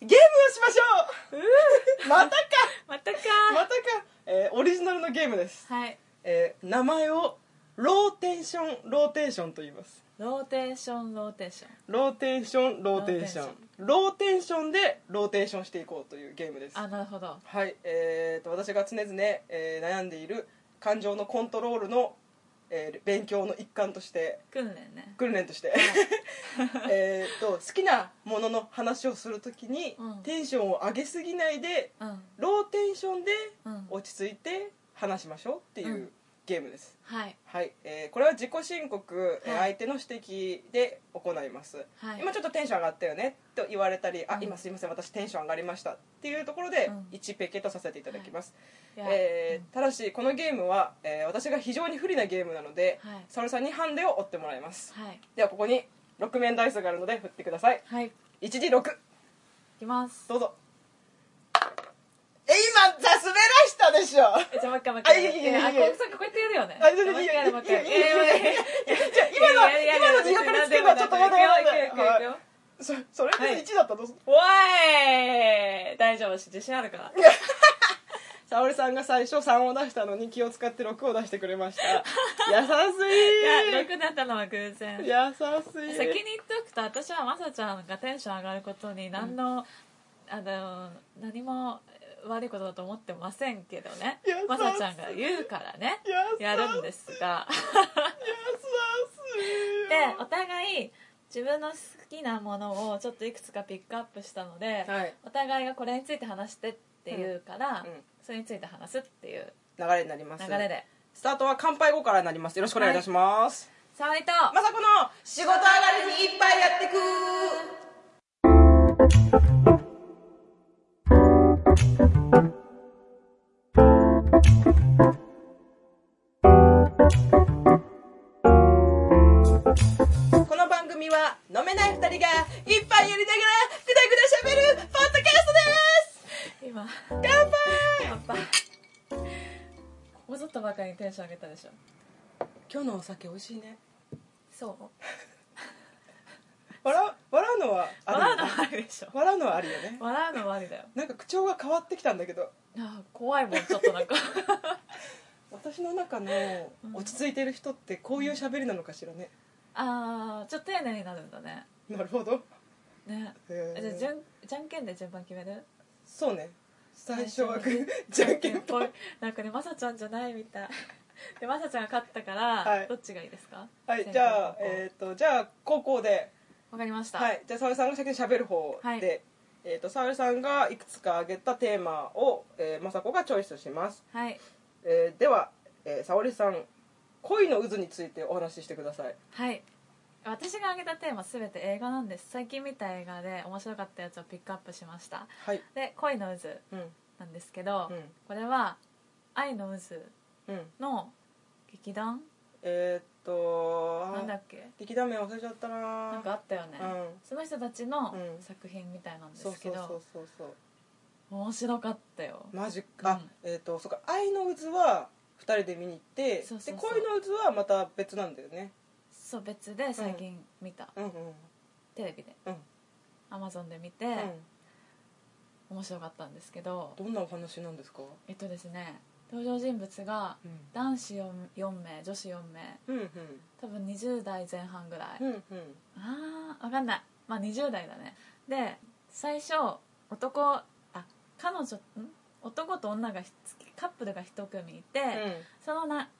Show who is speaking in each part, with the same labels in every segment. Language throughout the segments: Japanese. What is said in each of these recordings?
Speaker 1: ゲームをしましょうまたか
Speaker 2: またか
Speaker 1: またか、えーオリジナルのゲームです、
Speaker 2: はい
Speaker 1: えー名前をローテーションローテーションと言います
Speaker 2: ローテーションローテーション
Speaker 1: ローテーションローテーションローテーションでローテーションしていこうというゲームです
Speaker 2: あなるほど
Speaker 1: はいえー、と私が常々、えー悩んでいる感情のコントロールの、えー勉強の一環として
Speaker 2: 訓練ね
Speaker 1: 訓練として、 えーと好きなものの話をするときに、
Speaker 2: うん
Speaker 1: テンションを上げすぎないで
Speaker 2: うん
Speaker 1: ローテンションで
Speaker 2: うん
Speaker 1: 落ち着いて話しましょうっていう、
Speaker 2: うん
Speaker 1: ゲームです
Speaker 2: はい
Speaker 1: はい、えーこれは自己申告、えー
Speaker 2: はい
Speaker 1: 相手の指摘で行います、
Speaker 2: はい
Speaker 1: 今ちょっとテンション上がったよねと言われたり、あ
Speaker 2: うん
Speaker 1: 今すいません私テンション上がりましたっていうところで
Speaker 2: うん
Speaker 1: 1ペケとさせていただきます、
Speaker 2: いや
Speaker 1: えーただしこのゲームは、えー私が非常に不利なゲームなので、
Speaker 2: はい
Speaker 1: サルさんにハンデを追ってもらいます
Speaker 2: はい
Speaker 1: ではここに6面ダイスがあるので振ってください
Speaker 2: はいい
Speaker 1: 1D6
Speaker 2: きます
Speaker 1: どうぞえ今さ滑らしたでしょ
Speaker 2: えじゃあもう一回もう一
Speaker 1: あ
Speaker 2: 回
Speaker 1: いやいやいやいや
Speaker 2: あこうそっかこうやってやるよね
Speaker 1: あ全
Speaker 2: もう
Speaker 1: 然いい
Speaker 2: 一
Speaker 1: よ
Speaker 2: 回もう一回
Speaker 1: いやいやいやいや
Speaker 2: いやいやいや
Speaker 1: じゃあ今の
Speaker 2: いやいやい
Speaker 1: 今
Speaker 2: や
Speaker 1: の字がつけばちょっとまだや
Speaker 2: いくよ
Speaker 1: だ
Speaker 2: いくよいくよいくよ
Speaker 1: はいそそれで1だったらどうする
Speaker 2: おい大丈夫自信あるから
Speaker 1: 沙織さんが最初3を出したのに気を使って6を出してくれました優
Speaker 2: いや
Speaker 1: し
Speaker 2: 6だったのは偶然
Speaker 1: い優しい
Speaker 2: 先に言っておくと私はまさちゃんがテンション上がることに何の,、あの何も悪いことだと思ってませんけどね
Speaker 1: 優しい
Speaker 2: まさちゃんが言うからね
Speaker 1: 優しい
Speaker 2: やるんですが
Speaker 1: 優しい
Speaker 2: でお互い自分の好きなものをちょっといくつかピックアップしたので、
Speaker 1: はい
Speaker 2: お互いがこれについて話してって言うから、
Speaker 1: うんうん
Speaker 2: それについて話すっていう
Speaker 1: 流れになります
Speaker 2: 流れで
Speaker 1: スタートは乾杯後からになりますよろしくお願いいたします、
Speaker 2: 沙織と
Speaker 1: まさこの仕事上がりにいっぱいやってくこの番組は飲めない二人がいっぱいやりながらぐだぐだしゃべるポッドキャストです
Speaker 2: 今
Speaker 1: 乾杯
Speaker 2: パパここぞっとばかりにテンション上げたでしょ
Speaker 1: 今日のお酒美味しいね
Speaker 2: そう
Speaker 1: 笑う笑うのはあり
Speaker 2: 笑うのはありでしょ
Speaker 1: 笑うのはありよね
Speaker 2: 笑うのもありだよ
Speaker 1: なんか口調が変わってきたんだけど
Speaker 2: あー怖いもんちょっとなんか
Speaker 1: 私の中の落ち着いてる人ってこういう喋りなのかしらね、
Speaker 2: ああちょっと丁寧になるんだね
Speaker 1: なるほど、
Speaker 2: ね
Speaker 1: へー
Speaker 2: じゃあじゃんじゃんけんで順番決める
Speaker 1: そうね最初はグ
Speaker 2: 最
Speaker 1: ーじゃんけんぽい
Speaker 2: いなんかねまさちゃんじゃない みたいでまさちゃんが勝ったから、
Speaker 1: はい
Speaker 2: どっちがいいですか
Speaker 1: はいじゃあ
Speaker 2: 先攻後攻
Speaker 1: えっ、とじゃあ高校で
Speaker 2: わかりました
Speaker 1: はいじゃあ沙織さんが先に喋る方で、
Speaker 2: はい
Speaker 1: えー、と沙織さんがいくつか挙げたテーマを、えー、雅子がチョイスします、
Speaker 2: はい
Speaker 1: えーでは、えー、沙織さん恋の渦についてお話ししてください
Speaker 2: はい私が挙げたテーマすべて映画なんです最近見た映画で面白かったやつをピックアップしました
Speaker 1: はい
Speaker 2: で恋の渦
Speaker 1: うん
Speaker 2: なんですけど、
Speaker 1: うん
Speaker 2: これは愛の渦
Speaker 1: うん
Speaker 2: の劇団
Speaker 1: えっ、と
Speaker 2: なんだっけ
Speaker 1: 敵ダメ忘れちゃったな
Speaker 2: なんかあったよね、
Speaker 1: うん
Speaker 2: その人たちの
Speaker 1: うん
Speaker 2: 作品みたいなんで
Speaker 1: そう
Speaker 2: すけ
Speaker 1: そう
Speaker 2: ど、
Speaker 1: そうそうそう
Speaker 2: 面白かったよ
Speaker 1: マジか、あ
Speaker 2: うん
Speaker 1: えっ、とそうか「愛の渦」は2人で見に行って
Speaker 2: そうそうそう
Speaker 1: で恋の渦はまた別なんだよね
Speaker 2: そう別で最近見た、
Speaker 1: うんうん
Speaker 2: テレビで
Speaker 1: うん、
Speaker 2: アマゾンで見て、
Speaker 1: うん、
Speaker 2: 面白かったんですけど
Speaker 1: どんなお話なんですか
Speaker 2: えっとですね登場人物が
Speaker 1: うん
Speaker 2: 男子 4, 4名女子4
Speaker 1: う
Speaker 2: 名
Speaker 1: んうん
Speaker 2: 多分20代前半ぐらい、
Speaker 1: うんうん
Speaker 2: あー分かんないまあ20代だねで最初男あ彼女ん男と女がひつきカップルが一組いて、そのな好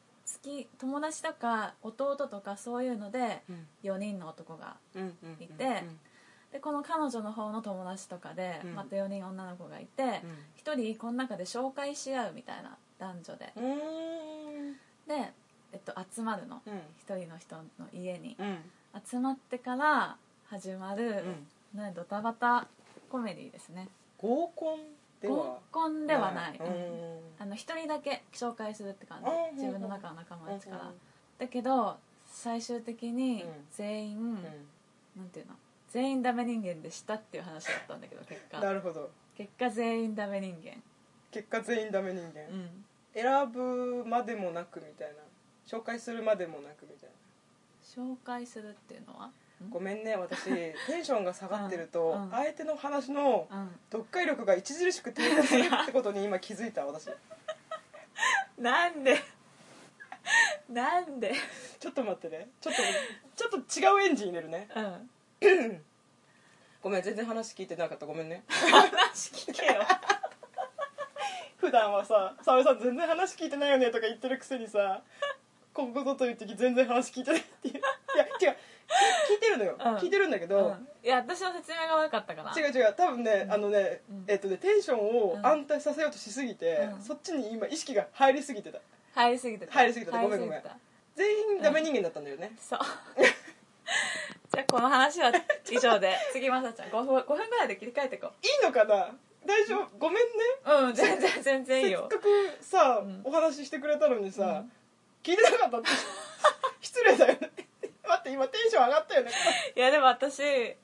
Speaker 2: き友達とか弟とかそういうので
Speaker 1: うん
Speaker 2: 4人の男が
Speaker 1: うんうん
Speaker 2: いてでこの彼女の方の友達とかで
Speaker 1: うん
Speaker 2: また4人女の子がいて1人この中で紹介し合うみたいな男女で
Speaker 1: うんうん
Speaker 2: で、えっと、集まるの
Speaker 1: うん
Speaker 2: 1人の人の家に
Speaker 1: うん
Speaker 2: 集まってから始まる、
Speaker 1: うん
Speaker 2: ね、ドタバタコメディですね
Speaker 1: 合コンで
Speaker 2: 合
Speaker 1: は
Speaker 2: コンではない、
Speaker 1: うん
Speaker 2: あの1人だけ紹介するって感
Speaker 1: あー
Speaker 2: じ自分の中の仲
Speaker 1: うん
Speaker 2: 間内から。だけど最終的に
Speaker 1: うん
Speaker 2: 全員、
Speaker 1: うん
Speaker 2: なんていうの全員ダメ人間でしたっていう話だったんだけど結
Speaker 1: な
Speaker 2: 果
Speaker 1: るほど
Speaker 2: 結果全員ダメ人間
Speaker 1: 結果全員ダメ人間、
Speaker 2: うん
Speaker 1: 選ぶまでもなくみたいな紹介するまでもなくみたいな
Speaker 2: 紹介するっていうのは
Speaker 1: ごめんね 私テンションが下がってると
Speaker 2: うんうん
Speaker 1: 相手の話の
Speaker 2: う
Speaker 1: 読解力が著しく低下するってことに今気づいた私
Speaker 2: ん、な んでなんで
Speaker 1: ちょっと待ってねちょっとちょっと違うエンジン入れるね
Speaker 2: うん
Speaker 1: ごめん全然話聞いてなかったごめんね
Speaker 2: 話聞けよ
Speaker 1: 普段はさ「沙織さん全然話聞いてないよね」とか言ってるくせにさここぞという時全然話聞いてないっていういや違う聞いてるのよ、
Speaker 2: うん
Speaker 1: 聞いてるんだけ
Speaker 2: う
Speaker 1: ど、
Speaker 2: んいや私の説明が悪かったから
Speaker 1: 違う違う多分ねあのね、
Speaker 2: うん
Speaker 1: えっとねテンション
Speaker 2: う
Speaker 1: を
Speaker 2: ん
Speaker 1: 安定させようとしすぎて、
Speaker 2: うん
Speaker 1: そっちに今意識が入りすぎてた
Speaker 2: 入りすぎてた
Speaker 1: 入りすぎてたごめん
Speaker 2: 入りすぎてた
Speaker 1: 全員ダメ人間だったんだよね、
Speaker 2: そう じゃあこの話は以上で次まさちゃん5分 ,5 分ぐらいで切り替えていこ
Speaker 1: いいのかな大丈夫、ごめんね
Speaker 2: ううん全然全然いい
Speaker 1: せっ
Speaker 2: よ
Speaker 1: かくさ、
Speaker 2: うん
Speaker 1: お話ししてくれたのにさ、
Speaker 2: うん
Speaker 1: 聞いてなかったって 失礼だよね 待って今テンション上がったよね
Speaker 2: いやでも私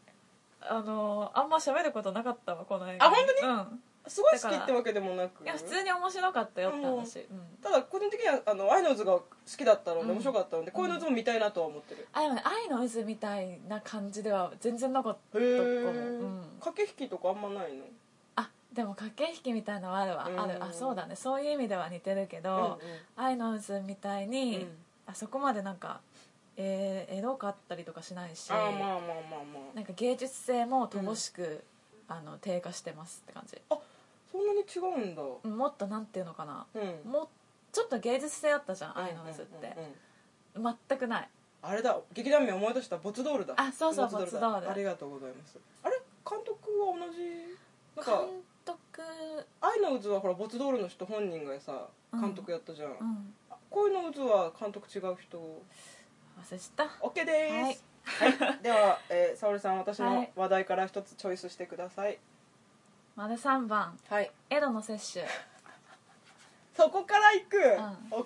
Speaker 2: あのあんま喋ることなかったわこの映画
Speaker 1: あ本当
Speaker 2: に
Speaker 1: すごい好きってわけでもな
Speaker 2: う
Speaker 1: く
Speaker 2: んいや普通に面白かったよって話、うん
Speaker 1: ただ個人的にはあのアイノーズが好きだったので、
Speaker 2: うん
Speaker 1: 面白かったのでこういうのいつも見たいなとは思ってる、
Speaker 2: あでもね愛の渦みたいな感じでは全然なかったかも、
Speaker 1: へ
Speaker 2: う
Speaker 1: え
Speaker 2: ん、
Speaker 1: 駆け引きとかあんまないの
Speaker 2: あでも駆け引きみたいのはあるわ、
Speaker 1: うん
Speaker 2: あるあそうだねそういう意味では似てるけど、愛の渦みたいに、
Speaker 1: うん
Speaker 2: あそこまでなんか、えーエロかったりとかしないし
Speaker 1: ああまあまあまあま
Speaker 2: なんか芸術性も乏しく、あの低下してますって感じ
Speaker 1: あそんなに違うんだ
Speaker 2: うんもっとなんていうのかな
Speaker 1: うん
Speaker 2: もうちょっと芸術性あったじゃん「愛の渦」って
Speaker 1: うんうんうん
Speaker 2: 全くない
Speaker 1: あれだ劇団名思い出したボツドールだ
Speaker 2: あそうそう
Speaker 1: ボツ
Speaker 2: ボツドール
Speaker 1: ありがとうございますあれ監督は同じなん
Speaker 2: 監
Speaker 1: か
Speaker 2: 督
Speaker 1: 「愛の渦」はほらボツドールの人本人がさ
Speaker 2: うん
Speaker 1: 監督やったじゃん、
Speaker 2: うん
Speaker 1: 恋の渦は監督違う人
Speaker 2: 忘れちゃっ
Speaker 1: OK です、はいでは、えー、沙織さん私
Speaker 2: は
Speaker 1: の
Speaker 2: い
Speaker 1: 話題から一つチョイスしてください
Speaker 2: た丸3番
Speaker 1: はい
Speaker 2: 「エロの摂取
Speaker 1: そこから行く、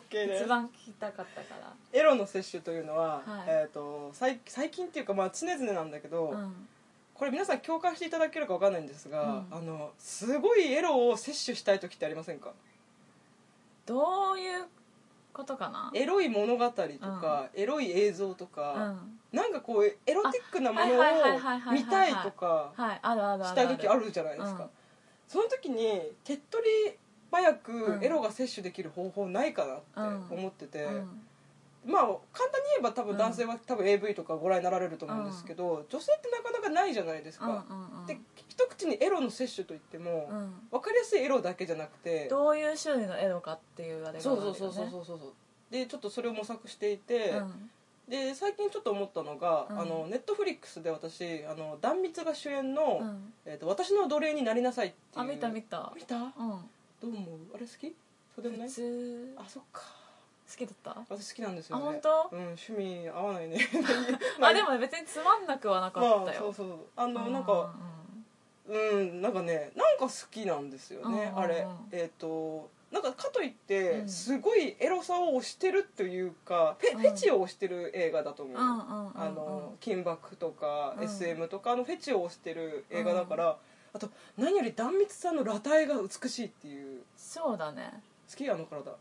Speaker 1: OK」で
Speaker 2: 一
Speaker 1: す
Speaker 2: 番聞きたかったから
Speaker 1: エロの摂取というのは、
Speaker 2: はい
Speaker 1: えー、と最最近っていうか、まあ、常々なんだけど、
Speaker 2: うん
Speaker 1: これ皆さん共感していただけるか分かんないんですが、
Speaker 2: うん
Speaker 1: あのすごいエロを摂取したい時ってありませんか
Speaker 2: どういうことかな
Speaker 1: エロい物語とか、エロい映像と
Speaker 2: う
Speaker 1: か、
Speaker 2: ん
Speaker 1: なんかこうエロティックなもの
Speaker 2: あはいはいはいはいはいは
Speaker 1: を
Speaker 2: い
Speaker 1: 見たいとか
Speaker 2: はいあるあるある
Speaker 1: 下
Speaker 2: あ
Speaker 1: 着
Speaker 2: る
Speaker 1: あるじゃないですか、
Speaker 2: うん
Speaker 1: その時に手っ取り早く
Speaker 2: うん
Speaker 1: エロが摂取できる方法ないかなって思ってて、
Speaker 2: うん
Speaker 1: まあ簡単に言えば多
Speaker 2: う
Speaker 1: 分
Speaker 2: ん
Speaker 1: 男性は多分 AV とかご覧になられると思うんですけど、女性ってなかなかないじゃないです
Speaker 2: うん
Speaker 1: か、
Speaker 2: うんうん
Speaker 1: で一口にエロの摂取といっても、
Speaker 2: うん
Speaker 1: 分かりやすいエロだけじゃなくて
Speaker 2: どういう種類のエロかっていうあれがあるよ
Speaker 1: そう
Speaker 2: ね
Speaker 1: そうそうそうそうそうでちょっとそれを模索していて、
Speaker 2: うん
Speaker 1: で最近ちょっと思ったのが、
Speaker 2: うん
Speaker 1: あのネットフリックスで私あの壇蜜が主演の、
Speaker 2: うん
Speaker 1: えーと「私の奴隷になりなさい」っていう
Speaker 2: あ見た見た
Speaker 1: 見た
Speaker 2: うん
Speaker 1: どう思うあれ好きそうでもない
Speaker 2: 普通
Speaker 1: あそっか
Speaker 2: 好きだった
Speaker 1: 私好きなんですよね
Speaker 2: あ本当
Speaker 1: うん趣味合わないね
Speaker 2: あでもね別につまんなくはな か
Speaker 1: ま
Speaker 2: っ
Speaker 1: あ
Speaker 2: た
Speaker 1: そう
Speaker 2: よ、
Speaker 1: そうあの
Speaker 2: う
Speaker 1: なんかうんなんかねなんか好きなんですよね
Speaker 2: うん
Speaker 1: あれ
Speaker 2: うん
Speaker 1: えっとなんかかといっ
Speaker 2: う
Speaker 1: て
Speaker 2: ん
Speaker 1: すごいエロさを推してるというかフェ
Speaker 2: うん
Speaker 1: フェチを推してる映画だと思う
Speaker 2: うんうんうんうん
Speaker 1: あの金箔とか
Speaker 2: うん
Speaker 1: SM とかのフェチを推してる映画だからあと何より壇蜜さんの裸体が美しいっていう
Speaker 2: そうだね
Speaker 1: 好きあの体
Speaker 2: 好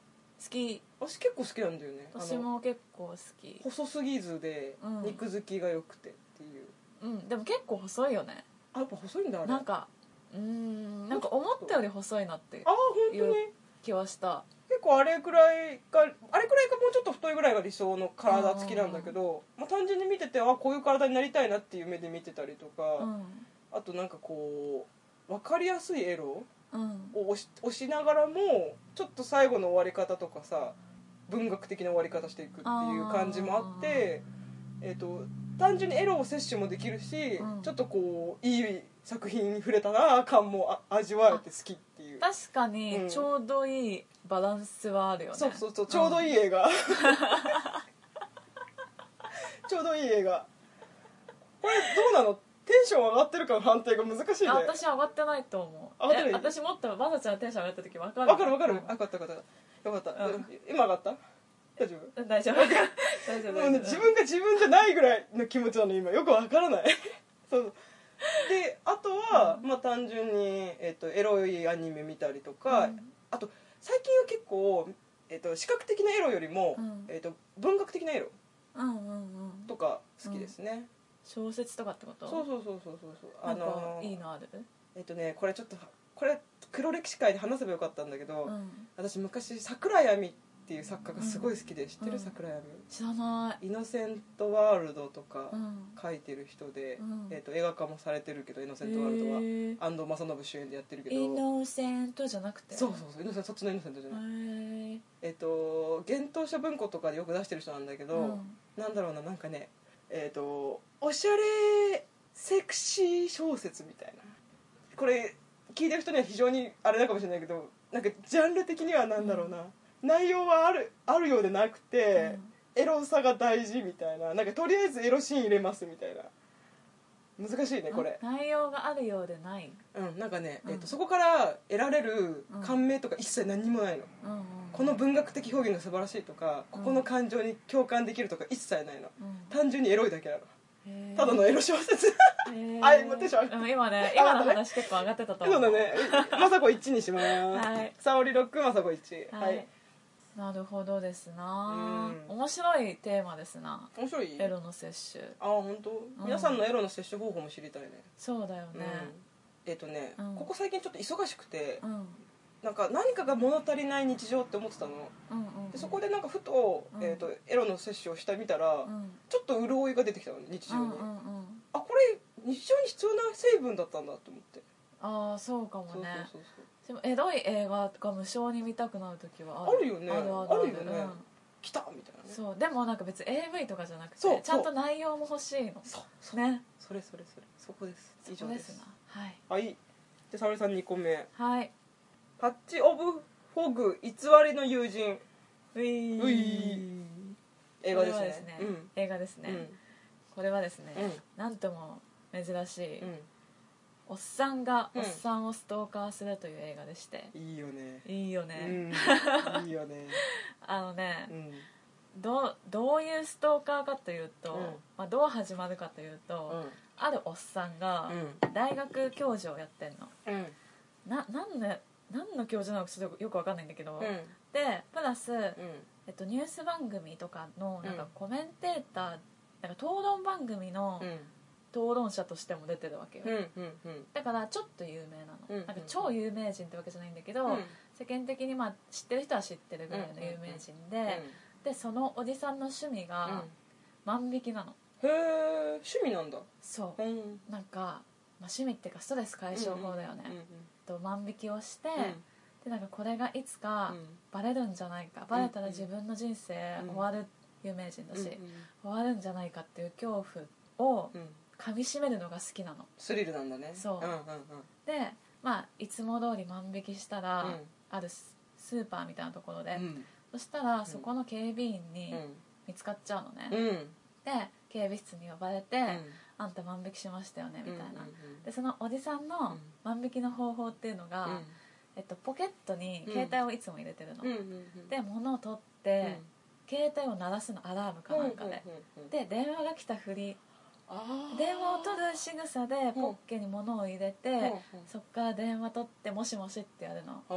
Speaker 2: き
Speaker 1: 私結構好きなんだよねあの
Speaker 2: 私も結構好き
Speaker 1: 細すぎずで
Speaker 2: うん
Speaker 1: 肉付きが良くてっていう、
Speaker 2: うんでも結構細いよね
Speaker 1: あやっぱ細いんだあれ
Speaker 2: なんかうーんなんか思ったより細いなって
Speaker 1: ああ本当に
Speaker 2: 気はした
Speaker 1: 結構あれくらいがあれくらいかもうちょっと太いぐらいが理想の体つきなんだけど、まあ、単純に見ててあこういう体になりたいなっていう目で見てたりと
Speaker 2: う
Speaker 1: か、
Speaker 2: ん
Speaker 1: あとなんかこう分かりやすいエロ
Speaker 2: うん
Speaker 1: を押し押しながらもちょっと最後の終わり方とかさ文学的な終わり方していくっていう感じもあってえっと単純にエロを摂取もできるし、
Speaker 2: うん
Speaker 1: ちょっとこういい作品に触れたなあ感もあ味わえて好きっていう、
Speaker 2: 確か
Speaker 1: う
Speaker 2: に
Speaker 1: ん
Speaker 2: ちょうどいいバランスはあるよね
Speaker 1: そうそうそうちょうどいい映画、 ちょうどいい映画これどうなのテンション上がってるかの判定が難しいね
Speaker 2: あ私上がってないと思う
Speaker 1: 上がってない
Speaker 2: え私もっとまさちゃんのテンション上がった時分かる
Speaker 1: わかるわかる、
Speaker 2: うん
Speaker 1: あよかったよかったよかった、
Speaker 2: うん
Speaker 1: 今上がった大丈夫
Speaker 2: うん大丈夫 大丈夫
Speaker 1: もうね、
Speaker 2: 大丈
Speaker 1: 自
Speaker 2: 夫
Speaker 1: 分が自分じゃないぐらいの気持ちなの今よくわからない そうであとは、まあ、単純に、えっとエロいアニメ見たりとか、
Speaker 2: うん
Speaker 1: あと最近は結構、えっと視覚的なエロよりも、
Speaker 2: うん
Speaker 1: えっと文学的なエロ
Speaker 2: うんうんうん
Speaker 1: とか好きですね、
Speaker 2: 小説とかってこと
Speaker 1: そうそうそうそうそうそう
Speaker 2: な
Speaker 1: あ
Speaker 2: んか
Speaker 1: の
Speaker 2: いいのある
Speaker 1: えっとねこれちょっとこれ黒歴史会で話せばよかったんだけど、
Speaker 2: うん
Speaker 1: 私昔桜井亜美っていう作家がすごい好きで、知って
Speaker 2: う
Speaker 1: る
Speaker 2: ん
Speaker 1: 桜井亜
Speaker 2: 知らな
Speaker 1: 美イノセントワールドとか
Speaker 2: いうん
Speaker 1: 書いてる人で、
Speaker 2: うん
Speaker 1: えっと映画化もされてるけどイノセントワールドは
Speaker 2: へー
Speaker 1: 安藤正信主演でやってるけど
Speaker 2: イノセントじゃなくて
Speaker 1: そうそうそうイノセントそっちのイノセントじゃない、
Speaker 2: へえ
Speaker 1: えっと幻冬舎文庫とかでよく出してる人なんだけど、なんだろうななんかねえっ、とおしゃれセクシー小説みたいなこれ聞いてる人には非常にあれだかもしれないけどなんかジャンル的にはなんだろうな、内容はあるあるようでなくて、エロさが大事みたいななんかとりあえずエロシーン入れますみたいな難しいねこれ
Speaker 2: あ内容があるようでない
Speaker 1: うんなんかね、えー
Speaker 2: うん
Speaker 1: とそこから得られる
Speaker 2: うん
Speaker 1: 感銘とか一切何にもないの、
Speaker 2: うんうん
Speaker 1: この文学的表現が素晴らしいとかここの感情に共感できるとか一切ないの単純にエロいだけなの
Speaker 2: うん
Speaker 1: ただのエロ小 説
Speaker 2: へー
Speaker 1: あ今テンション上がった
Speaker 2: うん今ね今の話結構上がってたと
Speaker 1: そ
Speaker 2: 思
Speaker 1: うだねまさこ1にします、
Speaker 2: はい
Speaker 1: 沙織ロックまさこ1は、
Speaker 2: はいいなるほどですな
Speaker 1: うん
Speaker 2: 面白いテーマですな
Speaker 1: 面白い
Speaker 2: エロの摂取
Speaker 1: ああ本当、
Speaker 2: ん
Speaker 1: 皆さんのエロの摂取方法も知りたいね
Speaker 2: そうだよね
Speaker 1: うん、えっ、とね、
Speaker 2: うん
Speaker 1: ここ最近ちょっと忙しくて
Speaker 2: うん
Speaker 1: なんか何かが物足りない日常って思ってたの
Speaker 2: うんうん
Speaker 1: でそこでなんかふと,、
Speaker 2: うん
Speaker 1: えー、とエロの摂取をした見たら、
Speaker 2: うん
Speaker 1: ちょっと潤いが出てきたのね日
Speaker 2: う
Speaker 1: 常に、
Speaker 2: んうんうん
Speaker 1: あこれ日常に必要な成分だったんだと思って
Speaker 2: ああそうかも
Speaker 1: そうそう
Speaker 2: ね
Speaker 1: そうそう
Speaker 2: でもエロい映画が無性に見たくなる時はある
Speaker 1: あるよね
Speaker 2: あるある
Speaker 1: あるよね
Speaker 2: うん
Speaker 1: 来たみたいなね
Speaker 2: そうでもなんか別に AV とかじゃなく
Speaker 1: そう
Speaker 2: てちゃんと内容も欲しいの
Speaker 1: そうそう
Speaker 2: ね
Speaker 1: それそれそれそこです以
Speaker 2: そ
Speaker 1: 上
Speaker 2: こ
Speaker 1: で
Speaker 2: ですすなはい
Speaker 1: はいで沙織さん2個目
Speaker 2: はい
Speaker 1: パッチ・オブ・フォグ偽りの友人
Speaker 2: ういう
Speaker 1: い映画ですねうん
Speaker 2: 映画ですね、これはですね、
Speaker 1: うん
Speaker 2: なんとも珍しい、
Speaker 1: うん、
Speaker 2: おっさんが
Speaker 1: うん
Speaker 2: おっさんをストーカーするという映画でして、
Speaker 1: うん、いいよね
Speaker 2: いいよね、
Speaker 1: うん、いいよね、
Speaker 2: あのね
Speaker 1: う、ん、
Speaker 2: どうどういうストーカーかというと、
Speaker 1: うん
Speaker 2: まあ、どう始まるかというと、
Speaker 1: う
Speaker 2: あるおっさんが
Speaker 1: ん
Speaker 2: 大学教授をやってんの
Speaker 1: うん
Speaker 2: な何の何の教授なのかちょっとよくわかんないんだけど、
Speaker 1: うん
Speaker 2: でプラス、
Speaker 1: うん
Speaker 2: えっと、ニュース番組とかのなん
Speaker 1: う
Speaker 2: か
Speaker 1: ん
Speaker 2: コメンテーター、なんか討論番組の
Speaker 1: うん
Speaker 2: 討論者としても出てるわけよ、
Speaker 1: うんうんうん
Speaker 2: だからちょっと有名なの、
Speaker 1: うんうん
Speaker 2: なんか超有名人ってわけじゃないんだけど、
Speaker 1: うん
Speaker 2: 世間的にまあ知ってる人は知ってるぐらいの有名人で、でそのおじさんの趣味
Speaker 1: うん
Speaker 2: が万引きなの
Speaker 1: へえ趣味なんだ
Speaker 2: そうう、
Speaker 1: ん
Speaker 2: なんか、まあ、趣味っていうかストレス解消法だよね、と万引きをして、
Speaker 1: うんうん
Speaker 2: でなんかこれがいつ
Speaker 1: う
Speaker 2: か
Speaker 1: ん
Speaker 2: バレるんじゃないかバレたら自分の人生
Speaker 1: うん
Speaker 2: 終わる有名人だ
Speaker 1: う
Speaker 2: し、
Speaker 1: ん
Speaker 2: 終わるんじゃないかっていう恐怖を
Speaker 1: うんうん
Speaker 2: 噛みしめるのが好きなの
Speaker 1: スリルなんだね
Speaker 2: そう
Speaker 1: うんうんうん
Speaker 2: でまあいつも通り万引きしたら、
Speaker 1: うん
Speaker 2: あるススーパーみたいなところで、
Speaker 1: うん
Speaker 2: そしたらそこの警備員に見つかっちゃうのね、
Speaker 1: うん
Speaker 2: で警備室に呼ばれて、
Speaker 1: うん
Speaker 2: あんた万引きしましたよね」みたいな、
Speaker 1: うんうんうん
Speaker 2: でそのおじさん
Speaker 1: う
Speaker 2: の
Speaker 1: ん
Speaker 2: 万引きの方法っていうのが、えっと、ポケットに携帯をいつも入れてるの、
Speaker 1: うんうんうんうん
Speaker 2: で物を取って、携帯を鳴らすのアラームかなんかで、
Speaker 1: うんうんうん
Speaker 2: で電話が来たふり
Speaker 1: あー
Speaker 2: 電話を取る仕草でポッケに物を入れて、
Speaker 1: うんうん
Speaker 2: そっから電話取って「もしもし」ってやるの、
Speaker 1: あ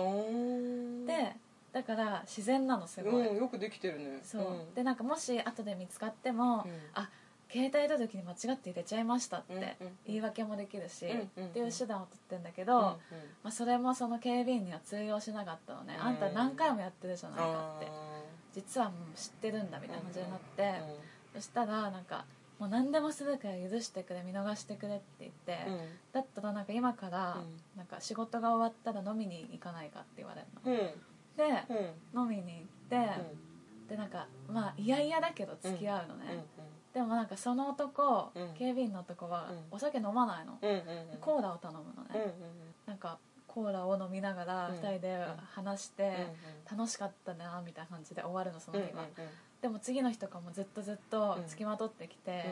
Speaker 1: ー
Speaker 2: でだから自然なのすごい、
Speaker 1: うんよくできてるね
Speaker 2: そう、
Speaker 1: ん
Speaker 2: でなんかもし後で見つかっても、
Speaker 1: うん
Speaker 2: あ携帯の時に間違って入れちゃいましたっ
Speaker 1: うんうん
Speaker 2: て言い訳もできるし、
Speaker 1: うんうんうん
Speaker 2: っていう手段を取ってんだけど、ま
Speaker 1: うんうん
Speaker 2: あ、それもその警備員には通用しなかったのね、
Speaker 1: うん
Speaker 2: あんた何回もやってるじゃないかって
Speaker 1: あ
Speaker 2: 実はもう知ってるんだみたいな感じになって、
Speaker 1: ー
Speaker 2: そしたらなんか「もう何でもするから許してくれ見逃してくれ」って言って、だったらなんか今から
Speaker 1: うん
Speaker 2: なんか仕事が終わったら飲みに行かないかって言われるの
Speaker 1: うんうん
Speaker 2: で、
Speaker 1: うん
Speaker 2: 飲みに行って、でなんかまあ嫌々だけど付き合うのね、でもなんかその男、
Speaker 1: うん
Speaker 2: 警備員の男は
Speaker 1: うん
Speaker 2: お酒飲まないの、
Speaker 1: うんうんうんうん
Speaker 2: コーラを頼むのね、
Speaker 1: うんうん
Speaker 2: なんかコーラを飲みながら
Speaker 1: うん
Speaker 2: 2人で話して、
Speaker 1: うん
Speaker 2: 楽しかったなみたいな感じで終わるのその
Speaker 1: うんうん
Speaker 2: 日は、でも次の日とかもずっとずっと付きまとってきて、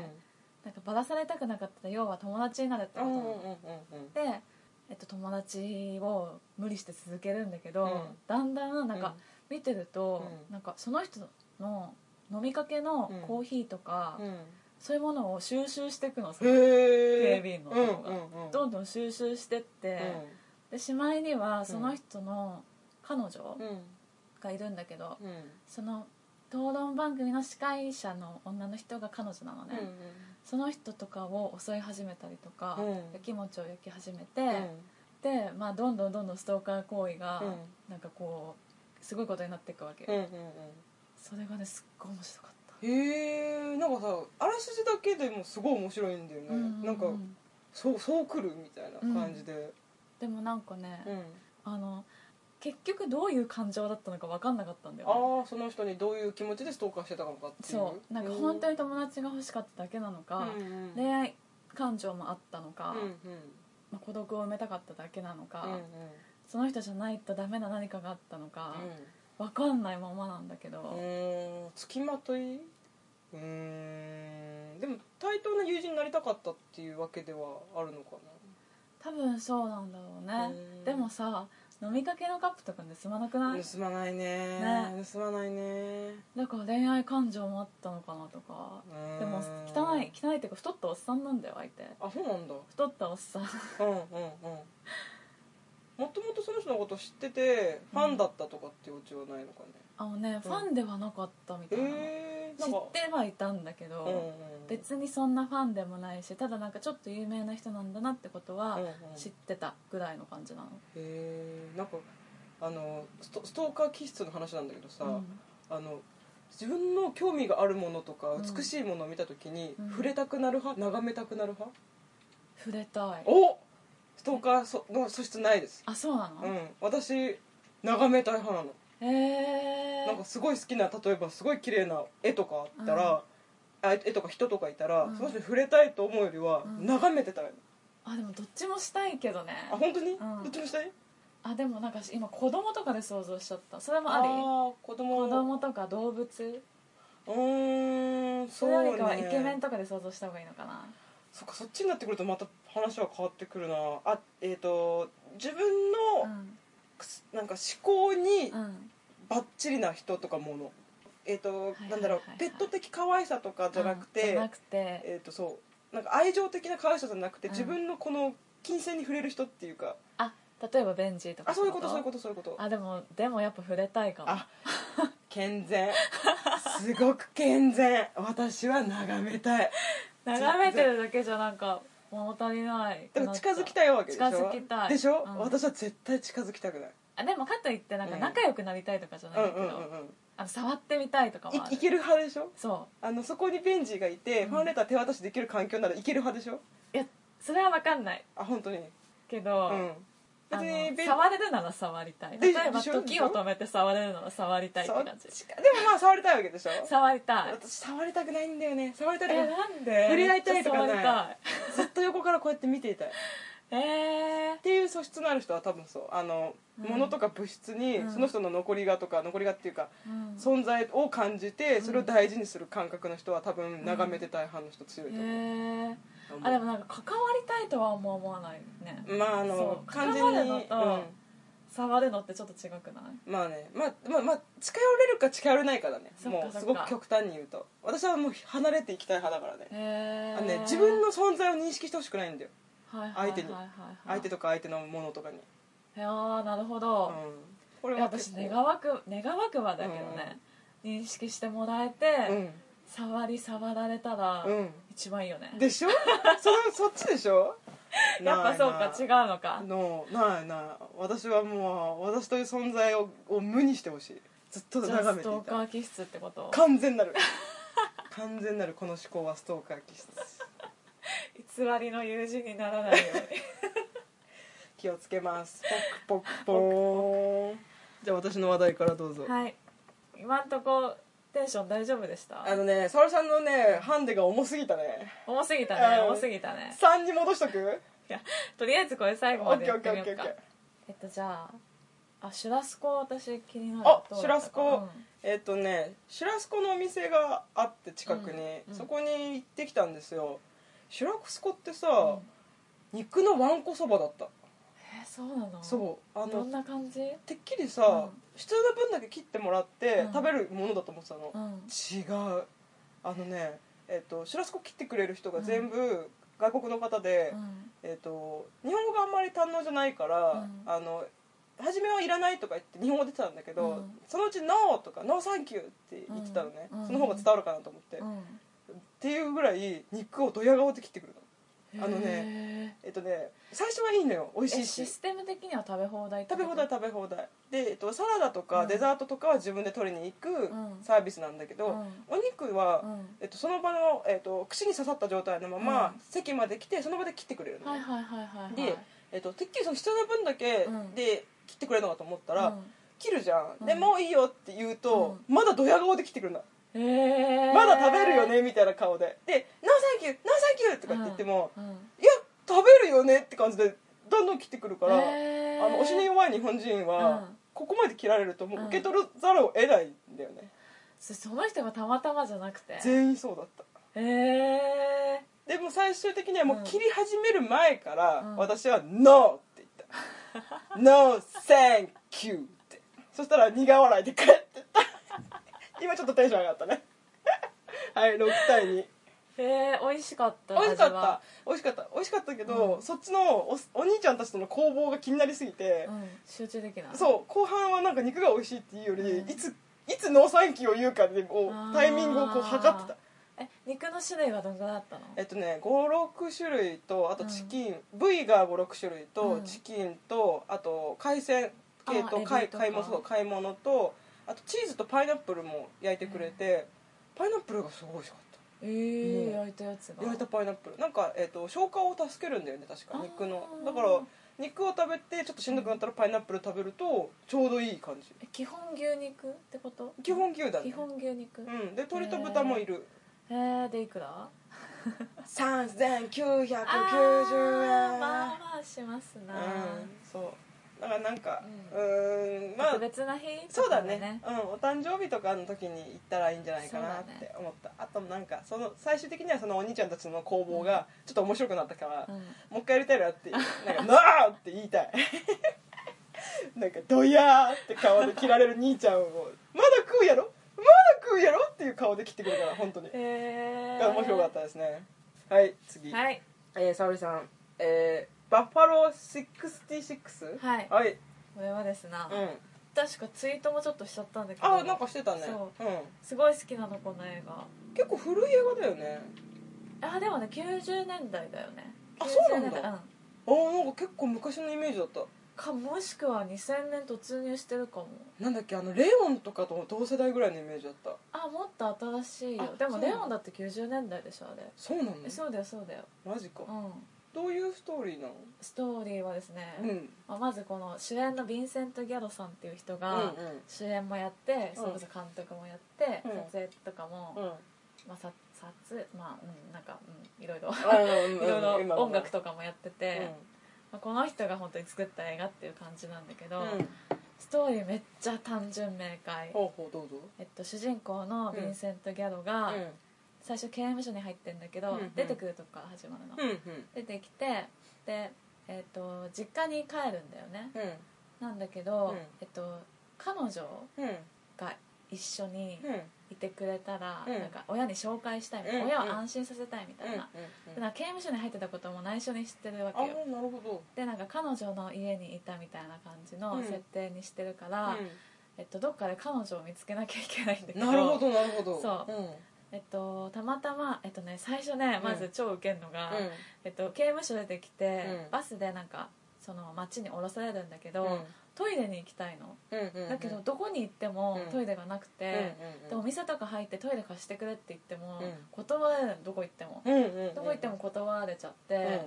Speaker 2: なんかバラされたくなかったら要は友達になるってこと
Speaker 1: う
Speaker 2: なの、
Speaker 1: んうんうんうん
Speaker 2: で、えっと、友達を無理して続けるんだけど、
Speaker 1: うん
Speaker 2: だんだんなんか見てると、
Speaker 1: うん
Speaker 2: なんかその人の飲みかけのコーヒーとか、
Speaker 1: うん
Speaker 2: そういうものを収集していくのさ、
Speaker 1: へ
Speaker 2: 警
Speaker 1: え
Speaker 2: 備員の
Speaker 1: うん
Speaker 2: 男が
Speaker 1: うんうん
Speaker 2: どんどん収集してって、でしまいにはその人の彼女
Speaker 1: うん
Speaker 2: がいるんだけど、
Speaker 1: うんうん
Speaker 2: その討論番組の司会者の女の人が彼女なのね、
Speaker 1: うん
Speaker 2: その人とかを襲い始めたりとか、
Speaker 1: うん
Speaker 2: やきもちを焼き始め
Speaker 1: う
Speaker 2: て、
Speaker 1: ん
Speaker 2: で、まあ、どんどんどんどんストーカー行為が、
Speaker 1: うん
Speaker 2: なんかこうすごいことになっていくわけ、
Speaker 1: うんうん
Speaker 2: それがねすっごい面白か
Speaker 1: う
Speaker 2: った、
Speaker 1: んへえんかさあらすじだけでもすごい面白いんだよね、
Speaker 2: ううう
Speaker 1: なんかそうそう来るみたいな感じで、
Speaker 2: でもなんかね、
Speaker 1: うん
Speaker 2: あの結局どういう感情だったのか分かんなかったんだよ、ね、
Speaker 1: ああその人にどういう気持ちでストーカーしてたのかっていう
Speaker 2: そうなんか本当
Speaker 1: に
Speaker 2: に友達が欲しかっただけなのか、
Speaker 1: うんうん
Speaker 2: 恋愛感情もあったのか、
Speaker 1: うんうん
Speaker 2: まあ、孤独を埋めたかっただけなのか、
Speaker 1: うんうん
Speaker 2: その人じゃないとダメな何かがあったのか、わかんないままなんだけ
Speaker 1: う
Speaker 2: ど、
Speaker 1: んうーん付きまというーんでも対等な友人になりたかったっていうわけではあるのか
Speaker 2: 多分そうなんだろう
Speaker 1: な、
Speaker 2: ね、
Speaker 1: うん
Speaker 2: でもさ飲みかけのカップとか盗まなくない、
Speaker 1: 盗まないね
Speaker 2: ね
Speaker 1: 盗まないね
Speaker 2: だから恋愛感情もあったのかなとか
Speaker 1: うーん
Speaker 2: でも汚い汚いっていうか太ったおっさんなんだよ相手
Speaker 1: あそうなんだ
Speaker 2: 太ったおっさん
Speaker 1: うんうんうんもともとその人のこと知っててファンだったとかっていうオチはないのかね、
Speaker 2: あのね、ファンではなかったみたいなの、
Speaker 1: えー、
Speaker 2: 知
Speaker 1: な
Speaker 2: っ
Speaker 1: んか
Speaker 2: てはいたんだけど、
Speaker 1: うんうん
Speaker 2: 別にそんなファンでもないしただなんかちょっと有名な人なんだなってことは
Speaker 1: うんうん
Speaker 2: 知ってたぐらいの感じなの、
Speaker 1: へえんかあのストストーカー気質の話なんだけどさ、
Speaker 2: うん
Speaker 1: あの自分の興味があるものとか
Speaker 2: うん
Speaker 1: 美しいものを見た時に、
Speaker 2: うん
Speaker 1: 触れたくなる派眺めたくなる派、
Speaker 2: 触れたい
Speaker 1: おストーカーその素質ないです、
Speaker 2: あそうなの、
Speaker 1: うん、私眺めたい派なの
Speaker 2: えー、
Speaker 1: なんかすごい好きな例えばすごい綺麗な絵とかあったら、あ絵とか人とかいたら、
Speaker 2: うん
Speaker 1: その人に触れたいと思うよりは、
Speaker 2: うん
Speaker 1: 眺めてたらいい
Speaker 2: あでもどっちもしたいけどね
Speaker 1: あ本当に、
Speaker 2: ん
Speaker 1: どっちもしたい
Speaker 2: あでもなんか今子供とかで想像しちゃったそれもあ
Speaker 1: あ
Speaker 2: り
Speaker 1: ー子供
Speaker 2: 子供とか動物
Speaker 1: うーん
Speaker 2: そ
Speaker 1: そう
Speaker 2: れより
Speaker 1: ね
Speaker 2: かはイケメンとかで想像した方がいいのかな
Speaker 1: そっかそっちになってくるとまた話は変わってくるなあえっ、と自分
Speaker 2: う
Speaker 1: の、
Speaker 2: ん
Speaker 1: くすなんか思考に
Speaker 2: うん
Speaker 1: バッチリな人とかものえっ、と、
Speaker 2: いはい
Speaker 1: なんだろう
Speaker 2: はいはい
Speaker 1: ペット的可愛さとかじゃなく
Speaker 2: うん
Speaker 1: て、
Speaker 2: じゃなくて
Speaker 1: えっ、とそうなんか愛情的な可愛さじゃなくて、
Speaker 2: うん
Speaker 1: 自分のこの金銭に触れる人っていうか
Speaker 2: あ例えばベンジーとか
Speaker 1: あそういうことそういう
Speaker 2: こ
Speaker 1: ことそういうこと
Speaker 2: あでもでもやっぱ触れたいかも
Speaker 1: あ健全すごく健全私は眺めたい
Speaker 2: 眺めてるだけじゃなんか物足りない
Speaker 1: でも近づきた
Speaker 2: い
Speaker 1: いわけでしょ
Speaker 2: 近づきたい
Speaker 1: でしょ、
Speaker 2: うん
Speaker 1: 私は絶対近づきたくない
Speaker 2: あでもかといってなんか
Speaker 1: うん
Speaker 2: 仲良くなりたいとかじゃ
Speaker 1: う
Speaker 2: なんい
Speaker 1: うん
Speaker 2: だけ
Speaker 1: ん
Speaker 2: ど、
Speaker 1: うんうん
Speaker 2: あの触ってみたいとかもある
Speaker 1: いいける派でしょ
Speaker 2: そ
Speaker 1: あのそこにベンジーがいて、
Speaker 2: うん
Speaker 1: ファンレター手渡しできる環境ならいける派でしょ
Speaker 2: ういやそれは分かんない
Speaker 1: あ本当に
Speaker 2: けど、
Speaker 1: うん
Speaker 2: あ
Speaker 1: 別
Speaker 2: の
Speaker 1: にベン
Speaker 2: 触れるなら触りたい
Speaker 1: で
Speaker 2: 例えば
Speaker 1: でしょ
Speaker 2: 時を止めて触れるなら触りたいって
Speaker 1: そ
Speaker 2: 感
Speaker 1: っ
Speaker 2: じ
Speaker 1: ちかでもまあ触りたいわけでしょ
Speaker 2: 触りたい
Speaker 1: 私触りたくないんだよね触りた
Speaker 2: え
Speaker 1: いとか
Speaker 2: なんで
Speaker 1: 触れ合いたいとかない
Speaker 2: めっちゃ
Speaker 1: ずっと横からこうやって見ていたい
Speaker 2: 触りたいえ
Speaker 1: っていう素質のある人は多分そうあの、
Speaker 2: うん
Speaker 1: 物とか物質に
Speaker 2: うん
Speaker 1: その人の残りがとか残りがっていうか、
Speaker 2: ーうん
Speaker 1: 存在を感じて
Speaker 2: ん
Speaker 1: それを大事にする感覚の人は多分眺めてたい派の人強いと思う、
Speaker 2: へえ
Speaker 1: 思う
Speaker 2: あでもなんか関わりたいとは思わないね
Speaker 1: まああ
Speaker 2: そ
Speaker 1: の
Speaker 2: う
Speaker 1: 完
Speaker 2: 関わ
Speaker 1: 全に、う
Speaker 2: るの
Speaker 1: ん、
Speaker 2: と触るのってちょっと違くない
Speaker 1: まあねまあまあ、まあ、近寄れるか近寄れないかだね
Speaker 2: そっか
Speaker 1: も
Speaker 2: そっ
Speaker 1: う
Speaker 2: か
Speaker 1: すごく極端に言うと私はもう離れていきたい派だからね
Speaker 2: へ
Speaker 1: あの
Speaker 2: え
Speaker 1: ね自分の存在を認識してほしくないんだよ
Speaker 2: 相
Speaker 1: 相手に相手とか相手のものとかに、
Speaker 2: いやーなるほ
Speaker 1: うん
Speaker 2: ど、、
Speaker 1: こ
Speaker 2: いや私
Speaker 1: 結構
Speaker 2: 願わく願わくばだけどね、認識してもらえて、触り触られたら、
Speaker 1: うん、うん
Speaker 2: 一番いいよね
Speaker 1: でしょ そのそっちでしょ
Speaker 2: やっぱそうか違
Speaker 1: う
Speaker 2: うのか
Speaker 1: のないない私はもう私という存在をを無にしてほしいずっと
Speaker 2: じゃあ
Speaker 1: 眺め
Speaker 2: ス
Speaker 1: て
Speaker 2: ト
Speaker 1: い
Speaker 2: ーカ
Speaker 1: たい
Speaker 2: ー気質ってこと
Speaker 1: 完全なる完全なるこの思考はストーカー気質
Speaker 2: 偽りの友人にならないように
Speaker 1: 気をつけますポックポックポーンじゃあ私の話題からどうぞ、
Speaker 2: はい今んとこテンション大丈夫でした
Speaker 1: あのね沙織さんのねハンデが重すぎたね
Speaker 2: 重すぎたね
Speaker 1: うん
Speaker 2: 重すぎたね
Speaker 1: 3に戻しとく
Speaker 2: いやとりあえずこれ最後までやってみようか
Speaker 1: オッケーオッケーオッケーオッケ
Speaker 2: えっとじゃああシュラスコ私気になる
Speaker 1: あ
Speaker 2: どうだったか
Speaker 1: シュラスコ
Speaker 2: うん
Speaker 1: えっ、とねシュラスコのお店があって近くに、
Speaker 2: うんうん
Speaker 1: そこに行ってきたんですよシュラスコってさ、
Speaker 2: うん
Speaker 1: 肉のわんこそばだった
Speaker 2: えーそうなの
Speaker 1: そうあ
Speaker 2: どん
Speaker 1: の
Speaker 2: な感じ
Speaker 1: てっきりさ、
Speaker 2: うん
Speaker 1: 普通の分だけ切ってもらって
Speaker 2: うん
Speaker 1: 食べるものだと思ってたの、
Speaker 2: うん
Speaker 1: 違うあのねえっ、とシュラスコ切ってくれる人が全部外国の方で、
Speaker 2: うん
Speaker 1: えっと日本語があんまり堪能じゃないから、
Speaker 2: うん
Speaker 1: あの初めはいらないとか言って日本語出てたんだけど、
Speaker 2: うん
Speaker 1: そのうち「ノー」とか「ノーサンキュー」って言ってたのね、
Speaker 2: うん
Speaker 1: その方が伝わるかなと思って、
Speaker 2: うん
Speaker 1: っていうぐらい肉をドヤ顔で切ってくるのあの
Speaker 2: ね
Speaker 1: えっとね最初はいいのよ美味しいし
Speaker 2: システム的には食べ放題って
Speaker 1: 食
Speaker 2: こ
Speaker 1: べ
Speaker 2: と
Speaker 1: 放題食べ放題で、えっと、サラダと
Speaker 2: う
Speaker 1: か
Speaker 2: ん
Speaker 1: デザートとかは自分で取りに行く
Speaker 2: うん
Speaker 1: サービスなんだけど、
Speaker 2: うん
Speaker 1: お肉は、
Speaker 2: うん
Speaker 1: えっと、その場の、えっと、串に刺さった状態のまま、
Speaker 2: うん
Speaker 1: 席まで来てその場で切ってくれるの、
Speaker 2: はいはいはいはいはい
Speaker 1: で、えっと、てっきりその必要な分だけ
Speaker 2: うん
Speaker 1: で切ってくれるのかと思ったら、
Speaker 2: うん
Speaker 1: 切るじゃん、
Speaker 2: うん
Speaker 1: でもういいよって言うと、まだドヤ顔で切ってくるの
Speaker 2: へえ
Speaker 1: まだ食べるよねみたいな顔でで「ノーサンキューノーサンキュー」とかって言っても、
Speaker 2: うん
Speaker 1: いや食べるよねって感じでどんどん来てくるから、
Speaker 2: へー
Speaker 1: あのおしに弱い日本人は、
Speaker 2: うん
Speaker 1: ここまで切られるともう
Speaker 2: うん
Speaker 1: 受け取るざるを得ないんだよね、
Speaker 2: そその人がたまたまじゃなくてへ
Speaker 1: 全員そうだった
Speaker 2: え
Speaker 1: でも最終的にはもう
Speaker 2: うん
Speaker 1: 切り始める前から、
Speaker 2: うん
Speaker 1: 私は「NO」って 言った「NO thank you」ってそしたら苦笑いで帰ってった 今ちょっとテンション上がったね はい6対2
Speaker 2: へえ美味しかった
Speaker 1: 美味しか
Speaker 2: 味は
Speaker 1: った美味しかった美味しかったけど、
Speaker 2: うん
Speaker 1: そっちのおお兄ちゃんたちとの攻防が気になりすぎて
Speaker 2: う、ん集中できない
Speaker 1: そう後半はなんか肉が美味しいっていうより、
Speaker 2: うん
Speaker 1: いついつ農産期を言うかでこ
Speaker 2: あー
Speaker 1: うタイミングをこう測ってた
Speaker 2: え肉の種類はどんぐらいあったの
Speaker 1: えっとね56種類とあとチキン、部位が56種類と、
Speaker 2: うん
Speaker 1: チキンとあと海鮮系と
Speaker 2: あーエ
Speaker 1: 買い
Speaker 2: ビとか
Speaker 1: 買い物そう買い物とあとチーズとパイナップルも焼いてくれて、パイナップルがすごい美味しかった
Speaker 2: えー
Speaker 1: うん
Speaker 2: 焼いたやつが
Speaker 1: 焼いたパイナップルなんか、えっと消化を助けるんだよね確か
Speaker 2: あー
Speaker 1: 肉のだから肉を食べてちょっとしんどくなったらパイナップル食べるとちょうどいい感じ
Speaker 2: え基本牛肉ってこと
Speaker 1: 基本牛だね
Speaker 2: 基本牛肉、へ
Speaker 1: うんで鶏と豚もいる
Speaker 2: えでいくら
Speaker 1: 3990円
Speaker 2: あーまあまあしますな、
Speaker 1: うんそうだからなんかう
Speaker 2: う
Speaker 1: ーんまあ
Speaker 2: 特別な日
Speaker 1: そうだ
Speaker 2: とか
Speaker 1: ねうんお誕生日とかの時に行ったらいいんじゃないかなっ
Speaker 2: そうだ
Speaker 1: て
Speaker 2: ね
Speaker 1: 思ったあとなんかその最終的にはそのお兄ちゃんたちの攻防がちょっと面白くなったから、
Speaker 2: うん
Speaker 1: もう一回やりたいな ってなんか「なあ!」って言いたい なんか「ドヤー!」って顔で切られる兄ちゃんを「まだ食うやろまだ食うやろ!」っていう顔で切ってくるから本当に
Speaker 2: へえ
Speaker 1: 面白かったですねはい次、
Speaker 2: はい
Speaker 1: えー、沙織さんえー、バッファロー 66?
Speaker 2: はい
Speaker 1: はい、
Speaker 2: これはですな、
Speaker 1: うん、
Speaker 2: 確かツイートもちょっとしちゃったんだけど
Speaker 1: あなんかしてたね、
Speaker 2: そう
Speaker 1: ん、
Speaker 2: すごい好きなのこの映画
Speaker 1: 結構古い映画だよね
Speaker 2: あでもね90年代だよね
Speaker 1: あそうなんだ
Speaker 2: 90年代うん
Speaker 1: あーなんか結構昔のイメージだった
Speaker 2: かもしくは2000年突入してるかも
Speaker 1: なんだっけあのレオンとかと同世代ぐらいのイメージだった
Speaker 2: あもっと新しいよ
Speaker 1: あ
Speaker 2: でも
Speaker 1: そうなの
Speaker 2: レオンだって90年代でしょあれ、
Speaker 1: そうなの
Speaker 2: えそうだよそうだよ
Speaker 1: マジか
Speaker 2: うん
Speaker 1: どういうストーリーなの
Speaker 2: ストーリーはですね、
Speaker 1: うん
Speaker 2: まあ、まずこの主演のヴィンセント・ギャロさんっていう人が
Speaker 1: うんうん
Speaker 2: 主演もやって、
Speaker 1: うん
Speaker 2: それこそ監督もやって、
Speaker 1: うん
Speaker 2: 撮影とかも、
Speaker 1: うん
Speaker 2: まあ、さ撮影まあうんなんか、うん、いろいろ いろい
Speaker 1: い
Speaker 2: ろ音楽
Speaker 1: か
Speaker 2: とかもやってて、まあ、この人が本当に作った映画っていう感じなんだけど、
Speaker 1: うん、
Speaker 2: ストーリーめっちゃ単純明快、
Speaker 1: ほうほうどうぞ
Speaker 2: えっと、主人公のヴィンセント・ギャロが、
Speaker 1: うん
Speaker 2: 最初刑務所に入ってんだけど、
Speaker 1: うんうん
Speaker 2: 出てくるとこから始まるの、
Speaker 1: うん
Speaker 2: 出てきてで、えっと実家に帰るんだよね
Speaker 1: うん
Speaker 2: なんだけど、
Speaker 1: うん
Speaker 2: えっと、彼女
Speaker 1: うん
Speaker 2: が一緒に
Speaker 1: うん
Speaker 2: いてくれたら、
Speaker 1: うん
Speaker 2: なんか親に紹介したいみたい
Speaker 1: う
Speaker 2: な、
Speaker 1: ん
Speaker 2: 親を安心させたいみたいな、
Speaker 1: うん
Speaker 2: でなんか刑務所に入ってたことも内緒に知ってるわ
Speaker 1: ああ
Speaker 2: け
Speaker 1: な
Speaker 2: よ
Speaker 1: るほ
Speaker 2: でなんか彼女の家にいたみたいな感じ
Speaker 1: う
Speaker 2: の
Speaker 1: ん
Speaker 2: 設定にしてるから、
Speaker 1: ど
Speaker 2: えっと、どっかで彼女を見つけなきゃいけないんだけ
Speaker 1: うん
Speaker 2: ど
Speaker 1: なるほどなるほど
Speaker 2: そう
Speaker 1: うん
Speaker 2: えっと、たまたま、えっとね、最初ね
Speaker 1: うん
Speaker 2: まず超ウケるのが、
Speaker 1: うん
Speaker 2: えっと、刑務所出てきて、
Speaker 1: うん
Speaker 2: バスでなんかその街に降ろされるんだけど、
Speaker 1: うん
Speaker 2: トイレに行きたいの、
Speaker 1: うんうんうん
Speaker 2: だけどどこに行っても
Speaker 1: うん
Speaker 2: トイレがなく
Speaker 1: う
Speaker 2: て、でお
Speaker 1: ん
Speaker 2: 店とか入ってトイレ貸してくれって言っても、
Speaker 1: うん
Speaker 2: 断れるどこ行っても、
Speaker 1: うんうんうん
Speaker 2: どこ行っても断れちゃって、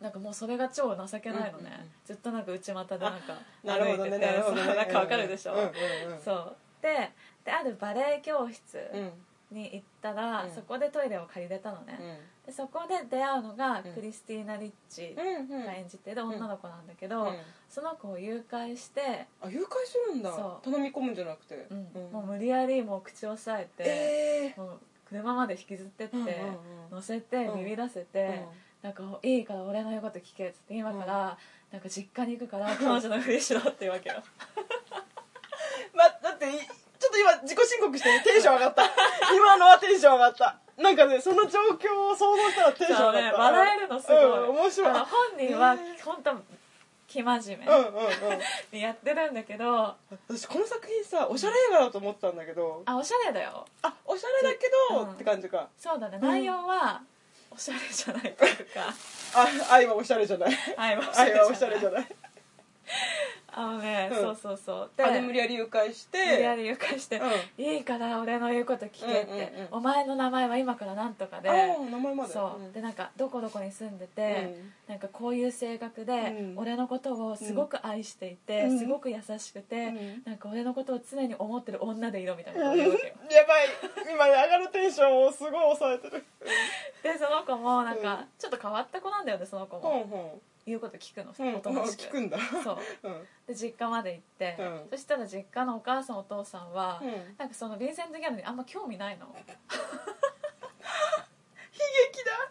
Speaker 2: なんかもうそれが超情けないのね、
Speaker 1: うんうんうん
Speaker 2: ずっとなんか内股でなんか
Speaker 1: うんなるほどねなるほどね
Speaker 2: そうなんかわかるでしょ、
Speaker 1: うんうんうん
Speaker 2: そうでであるバレエ教室
Speaker 1: うん
Speaker 2: に行ったら、
Speaker 1: うん
Speaker 2: そこでトイレを借りれたのね、でそこで出会うのがクリスティーナ・リッチ
Speaker 1: うんうん
Speaker 2: が演じてる女の子なんだけど、
Speaker 1: うん
Speaker 2: その子を誘拐して、
Speaker 1: あ誘拐するんだ
Speaker 2: そう
Speaker 1: 頼み込むんじゃなくて
Speaker 2: うん
Speaker 1: うん
Speaker 2: もう無理やりもう口を押さえて、
Speaker 1: え
Speaker 2: もう車まで引きずってって、
Speaker 1: うんうんうん
Speaker 2: 乗せて
Speaker 1: うん
Speaker 2: ビビらせ
Speaker 1: え
Speaker 2: て、なんか「いいから俺の言うこと聞け」っつって今からなんか実家に行 くから彼女のふりしろっていうわけよ
Speaker 1: ま、だってい、ちょっと今自己申告してね、テンション上が った。今のはテンション上がった。なんかね、その状況を想像したらテンション
Speaker 2: そ
Speaker 1: 上
Speaker 2: う
Speaker 1: が
Speaker 2: ね
Speaker 1: った。
Speaker 2: 笑えるのすごい、
Speaker 1: うん、面白い
Speaker 2: あの。本人は
Speaker 1: ね
Speaker 2: 本当生真面
Speaker 1: うんうん
Speaker 2: 目
Speaker 1: うん
Speaker 2: にやってるんだけど
Speaker 1: 私この作品さおしゃれ映画だと思ってたんだけど
Speaker 2: あおしゃれだよ
Speaker 1: あおしゃれだけど、
Speaker 2: うん
Speaker 1: って感じか
Speaker 2: そうだね内容はおしゃれじゃないというか
Speaker 1: あ愛はおしゃれじゃない
Speaker 2: 愛はおしゃ
Speaker 1: 愛
Speaker 2: れ
Speaker 1: はおしゃれ
Speaker 2: じ
Speaker 1: じ
Speaker 2: ゃ
Speaker 1: ゃ
Speaker 2: ない
Speaker 1: ない
Speaker 2: あのね、
Speaker 1: うん
Speaker 2: そうそうそう
Speaker 1: あで無理やり誘拐して
Speaker 2: 無理やり誘拐して
Speaker 1: うん、あ
Speaker 2: 「いいから俺の言うこと聞け」っ
Speaker 1: うん
Speaker 2: て、
Speaker 1: うんうん
Speaker 2: お前の名前は今からなんとかで」
Speaker 1: あ名前まで
Speaker 2: そう、
Speaker 1: ん
Speaker 2: でなんかどこどこに住んで
Speaker 1: う
Speaker 2: て、
Speaker 1: ん
Speaker 2: なんかこういう性格で、
Speaker 1: うん
Speaker 2: 俺のことをすごく愛していて、
Speaker 1: うん
Speaker 2: すごく優しくて、
Speaker 1: うん
Speaker 2: なんか俺のことを常に思ってる女でいろみたい
Speaker 1: や
Speaker 2: な
Speaker 1: ば
Speaker 2: こ
Speaker 1: い
Speaker 2: と言うわけよ
Speaker 1: 今上がるテンションをすごい抑えてる
Speaker 2: でその子もなん
Speaker 1: う
Speaker 2: か
Speaker 1: ん
Speaker 2: ちょっと変わった子なんだよねその子
Speaker 1: ほ
Speaker 2: も、
Speaker 1: んほ
Speaker 2: 言うこと聞くの、
Speaker 1: んうん
Speaker 2: おとなし
Speaker 1: 聞
Speaker 2: く
Speaker 1: くんだ
Speaker 2: そう
Speaker 1: うん
Speaker 2: で実家まで行って、
Speaker 1: うん
Speaker 2: そしたら実家のお母さんお父さんは、
Speaker 1: うん悲
Speaker 2: なんかそのヴィンセント・ギャロにあんま興味ないの
Speaker 1: 劇だ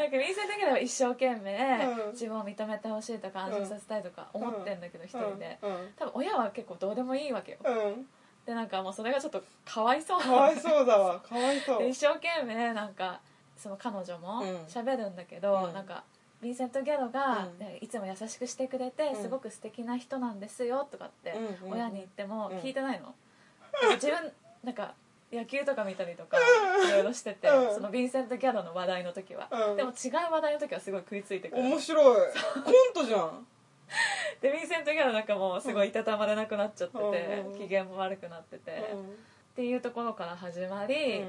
Speaker 2: なんかヴィンセント・ギャロは一生懸命、
Speaker 1: うん
Speaker 2: 自分を認めてほしいとか安心させたいとか思ってんだけど、一人で、
Speaker 1: うん
Speaker 2: 多分親は結構どうでもいいわけよ
Speaker 1: うんうん
Speaker 2: でなんかもうそれがちょっとかわいそう
Speaker 1: かわいそうだわかわいそう
Speaker 2: で一生懸命なんかその彼女も
Speaker 1: うん
Speaker 2: 喋るんだけど、
Speaker 1: うん
Speaker 2: なんかヴィンセント・ギャロが、
Speaker 1: うん
Speaker 2: ねいつも優しくしてくれて、
Speaker 1: うん
Speaker 2: すごく素敵な人なんですよとかって
Speaker 1: うんうん
Speaker 2: 親に言っても
Speaker 1: うん
Speaker 2: 聞いてないの、自分 なんか野球とか見たりとかいろいろしてて、
Speaker 1: うん
Speaker 2: そのヴィンセント・ギャロの話題の時は、
Speaker 1: うん
Speaker 2: でも違う話題の時はすごい食いついてくる
Speaker 1: 面白いコントじゃん
Speaker 2: でヴィンセント・ギャロなんかもうすごいいたたまれなくなっちゃってて、
Speaker 1: うん
Speaker 2: 機嫌も悪くなってて、っていうところから始まり、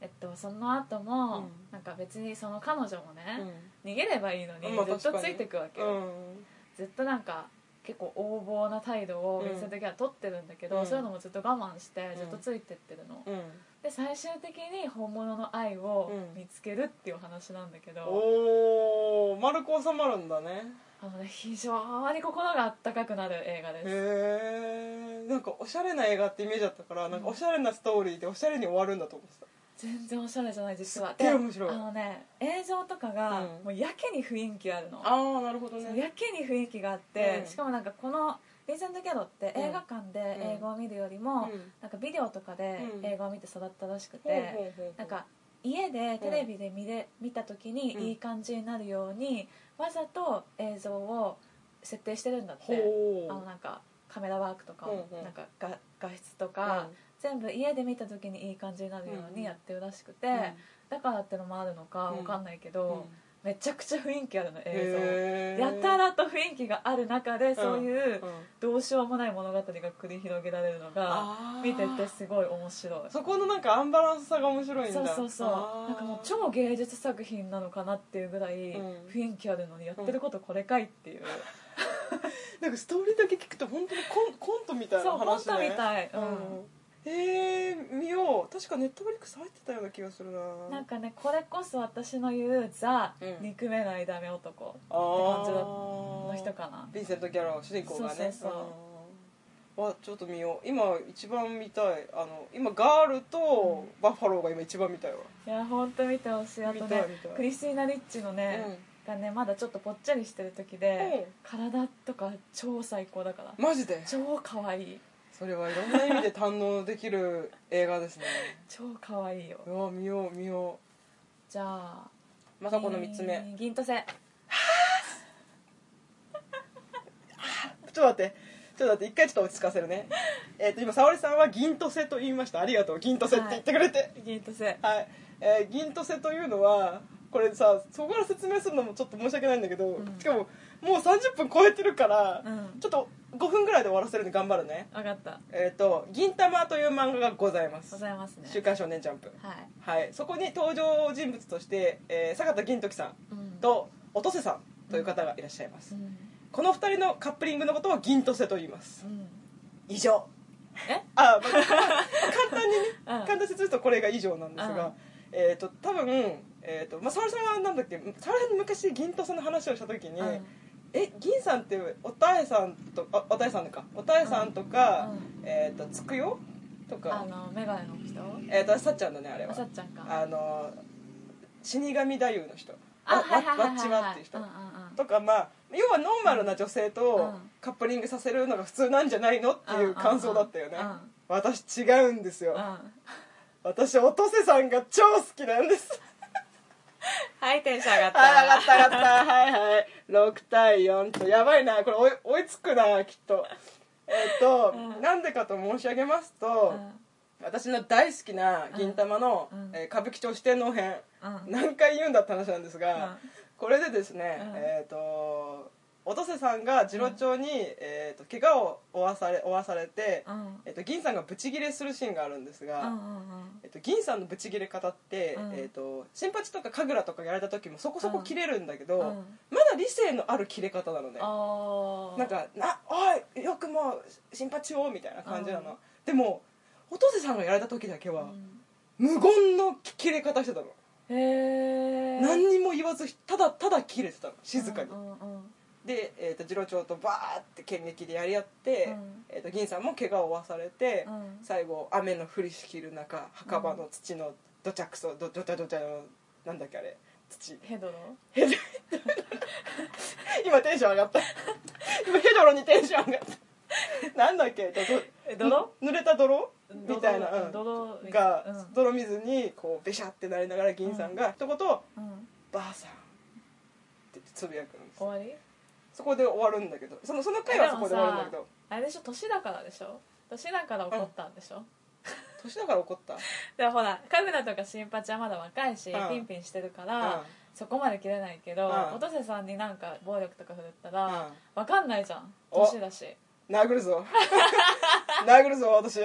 Speaker 2: えっと、その後も、
Speaker 1: うん
Speaker 2: なんか別にその彼女も
Speaker 1: うん
Speaker 2: ね、逃げればいいのに、
Speaker 1: まあ
Speaker 2: ずっと
Speaker 1: 確
Speaker 2: つ
Speaker 1: かに
Speaker 2: いてくわけ
Speaker 1: う
Speaker 2: よ、
Speaker 1: ん
Speaker 2: ずっとなんか結構横暴な態度を
Speaker 1: うん
Speaker 2: 別の時は取ってるんだけど、
Speaker 1: うん
Speaker 2: そういうのもずっと我慢して
Speaker 1: ん
Speaker 2: ずっとついてってるの、
Speaker 1: うん
Speaker 2: で最終的に本物の愛を
Speaker 1: うん
Speaker 2: 見つけるっていうお話なんだけど、
Speaker 1: おお丸く収まるんだね
Speaker 2: あのね非常に心があったかくなる映画です、
Speaker 1: へえんかおしゃれな映画ってイメージだったからなんかおしゃれなストーリーでおしゃれに終わるんだと思ってた
Speaker 2: 全然おしゃれじゃない実は
Speaker 1: すっげえ面白い
Speaker 2: あのね映像とかが
Speaker 1: うん
Speaker 2: もうやけに雰囲気あるの、
Speaker 1: ああなるほど
Speaker 2: そうやけに雰囲気があって、
Speaker 1: うん
Speaker 2: しかもなんかこの「ヴィンセント・ギャロって映画館で
Speaker 1: うん
Speaker 2: 映画を見るよりも、なんかビデオとかで
Speaker 1: うん
Speaker 2: 映画を見て育ったらしく
Speaker 1: ほうほ
Speaker 2: て、
Speaker 1: うほうほう
Speaker 2: なんか家でテレビで見れ見た時
Speaker 1: うん
Speaker 2: にいい感じになるようにわざと映像を設定してるんだって、
Speaker 1: ほう
Speaker 2: あのなんかカメラワークとかも、
Speaker 1: うんうん
Speaker 2: なんかが画質とか、全部家で見た時にいい感じになるようにやってるらしくて、
Speaker 1: うん
Speaker 2: だからってのもあるのかわかんないけ
Speaker 1: うん
Speaker 2: ど、めちゃくちゃ雰囲気あるの映像。
Speaker 1: へー
Speaker 2: やたらと雰囲気がある中で
Speaker 1: ん
Speaker 2: そういう
Speaker 1: うん
Speaker 2: どうしようもない物語が繰り広げられるのが
Speaker 1: あー
Speaker 2: 見ててすごい面白い
Speaker 1: そこのなんかアンバランスさが面白いんだ
Speaker 2: そうそう
Speaker 1: あ
Speaker 2: そう
Speaker 1: ー
Speaker 2: なんかもう超芸術作品なのかなっていうぐらい
Speaker 1: うん
Speaker 2: 雰囲気あるのにやってることこれかいっていう
Speaker 1: なんかストーリーだけ聞くと本当にコンコントみたいな
Speaker 2: そうコン
Speaker 1: 話ね
Speaker 2: トみたい
Speaker 1: うん
Speaker 2: う
Speaker 1: えー、見よう確かネットフリックス入ってたような気がするなん
Speaker 2: なんかねこれこそ私の言うザ
Speaker 1: うん
Speaker 2: 憎めないダメ男
Speaker 1: あー
Speaker 2: って感じの人かな
Speaker 1: ヴィンセント・ギャラ主人公がね
Speaker 2: そうそう
Speaker 1: うんあちょっと見よう今一番見たいあの今ガールとバッファローが今一番見たいわ
Speaker 2: いや本当見てほしいあと
Speaker 1: 見た
Speaker 2: ね
Speaker 1: い見たい
Speaker 2: クリスティーナ・リッチのねがねまだちょっとぽっちゃりしてる時で体とか超最高だから
Speaker 1: うんマジで
Speaker 2: 超可愛い
Speaker 1: それはいろんな意味で堪能できる映画 ですね
Speaker 2: 超可愛いよ
Speaker 1: うわ見よう見よ
Speaker 2: じゃあ
Speaker 1: うまさこの3つ目、
Speaker 2: えー銀とせ
Speaker 1: ちょっと待ってちょっと待って一回ちょっと落ち着かせるねえっ、と今沙織さんは銀と瀬と言いましたありがとう銀と瀬って言ってくれて
Speaker 2: 銀とせ
Speaker 1: はい、えー銀と瀬というのはこれさそこから説明するのもちょっと申し訳ないんだけど、
Speaker 2: ん
Speaker 1: しかももう30分超えてるから、
Speaker 2: うん
Speaker 1: ちょっと5分ぐらいで終わらせるんで頑張るね
Speaker 2: 分かった
Speaker 1: えっ、と「銀玉」という漫画がございます
Speaker 2: ございます
Speaker 1: 「
Speaker 2: ね
Speaker 1: 週刊少年ジャンプ」
Speaker 2: はい
Speaker 1: はい、そこに登場人物として、えー坂田銀時さ
Speaker 2: うん
Speaker 1: んと音瀬さんという方がいらっしゃいます、
Speaker 2: うん
Speaker 1: この二人のカップリングのことを銀と瀬と言います
Speaker 2: うん
Speaker 1: 以上
Speaker 2: え
Speaker 1: あ、まあ、簡単にね、
Speaker 2: うん
Speaker 1: 簡単に説明するとこれが以上なんですが、
Speaker 2: うん
Speaker 1: えっ、と多分えっ、とまあ沙織さんはなんだっけ沙織さんに昔銀とさんの話をした時に、
Speaker 2: うん
Speaker 1: え銀さんっておたえさんとあおたえさんかおたえさんとか、
Speaker 2: う
Speaker 1: えっ、とつくよと
Speaker 2: あ
Speaker 1: か
Speaker 2: の眼鏡の人
Speaker 1: えっ、とさっちゃんだねあれ
Speaker 2: あ
Speaker 1: は
Speaker 2: さっちゃんか
Speaker 1: あの死神太夫の人わ
Speaker 2: はいはいはい
Speaker 1: わっ
Speaker 2: は
Speaker 1: ち
Speaker 2: い
Speaker 1: わって
Speaker 2: はい
Speaker 1: いう
Speaker 2: う
Speaker 1: 人
Speaker 2: んうん
Speaker 1: とかまあ要はノーマルな女性と
Speaker 2: うん
Speaker 1: カップリングさせるのが普通なんじゃないのっていう感想だったよね
Speaker 2: うんうんうん
Speaker 1: 私違うんですよ
Speaker 2: うんうん
Speaker 1: 私おとせさんが超好きなんです
Speaker 2: はいテンション上がった
Speaker 1: はい上がった上がったはいはい6対4とやばいなこれ追い追いつくなきっとえっ、と、
Speaker 2: うん
Speaker 1: なんでかと申し上げますと、私の大好きな銀玉の、
Speaker 2: うん
Speaker 1: えー歌舞伎町四天王編
Speaker 2: うんうん
Speaker 1: 何回言うんだって話なんです
Speaker 2: うん
Speaker 1: が、これでですね、
Speaker 2: うん
Speaker 1: えっ、と音瀬さんが次郎町に、えー、と怪我を負わされ負わされて、
Speaker 2: うん
Speaker 1: えー、と銀さんがブチギレするシーンがあるんです
Speaker 2: う
Speaker 1: が、
Speaker 2: んうん
Speaker 1: えっと、銀さんのブチギレ方って、
Speaker 2: うん
Speaker 1: えっと、新八とか神楽とかやられた時もそこそこ切れるんだけど、
Speaker 2: うんうん
Speaker 1: まだ理性のある切れ方なのね
Speaker 2: あー
Speaker 1: なんか「なおいよくもう新八を」みたいな感じなの、でも音瀬さんがやられた時だけ
Speaker 2: う
Speaker 1: は、
Speaker 2: ん
Speaker 1: 無言の切れ方してたの、
Speaker 2: へえ
Speaker 1: 何にも言わずただただ切れてたの静かに、
Speaker 2: うんうん
Speaker 1: で、えっと次郎長とバーって剣撃でやり合って、
Speaker 2: うん
Speaker 1: えっと銀さんも怪我を負わされて、
Speaker 2: うん
Speaker 1: 最後雨の降りしきる中墓場の土のどちゃくそどどちゃどちゃのなんだっけあれ土
Speaker 2: ヘドロ
Speaker 1: 今テンション上が った今ヘドロにテンション上がったなんだっけえっとど
Speaker 2: え泥
Speaker 1: ぬ濡れた泥みたいな、うん
Speaker 2: 泥水
Speaker 1: が、
Speaker 2: うん
Speaker 1: 泥水にこうべしゃってなりながら銀さんが一言「
Speaker 2: うん
Speaker 1: ばあさん」ってつぶやくんです
Speaker 2: 終わり
Speaker 1: そこで終わるんだけどそのその回はそこで終わるんだけ
Speaker 2: でも
Speaker 1: ど
Speaker 2: あれでしょ年だからでしょ年だから怒ったんでしょ、
Speaker 1: 年だから怒った
Speaker 2: でもほら神楽とか新八はまだ若いし、
Speaker 1: うん
Speaker 2: ピンピンしてるか
Speaker 1: うん
Speaker 2: ら、そこまで切れないけど、
Speaker 1: うん
Speaker 2: 音瀬さんになんか暴力とか振るった
Speaker 1: う
Speaker 2: ら、
Speaker 1: ん
Speaker 2: わかんないじゃん
Speaker 1: お
Speaker 2: 年だし
Speaker 1: 殴るぞ殴るぞ私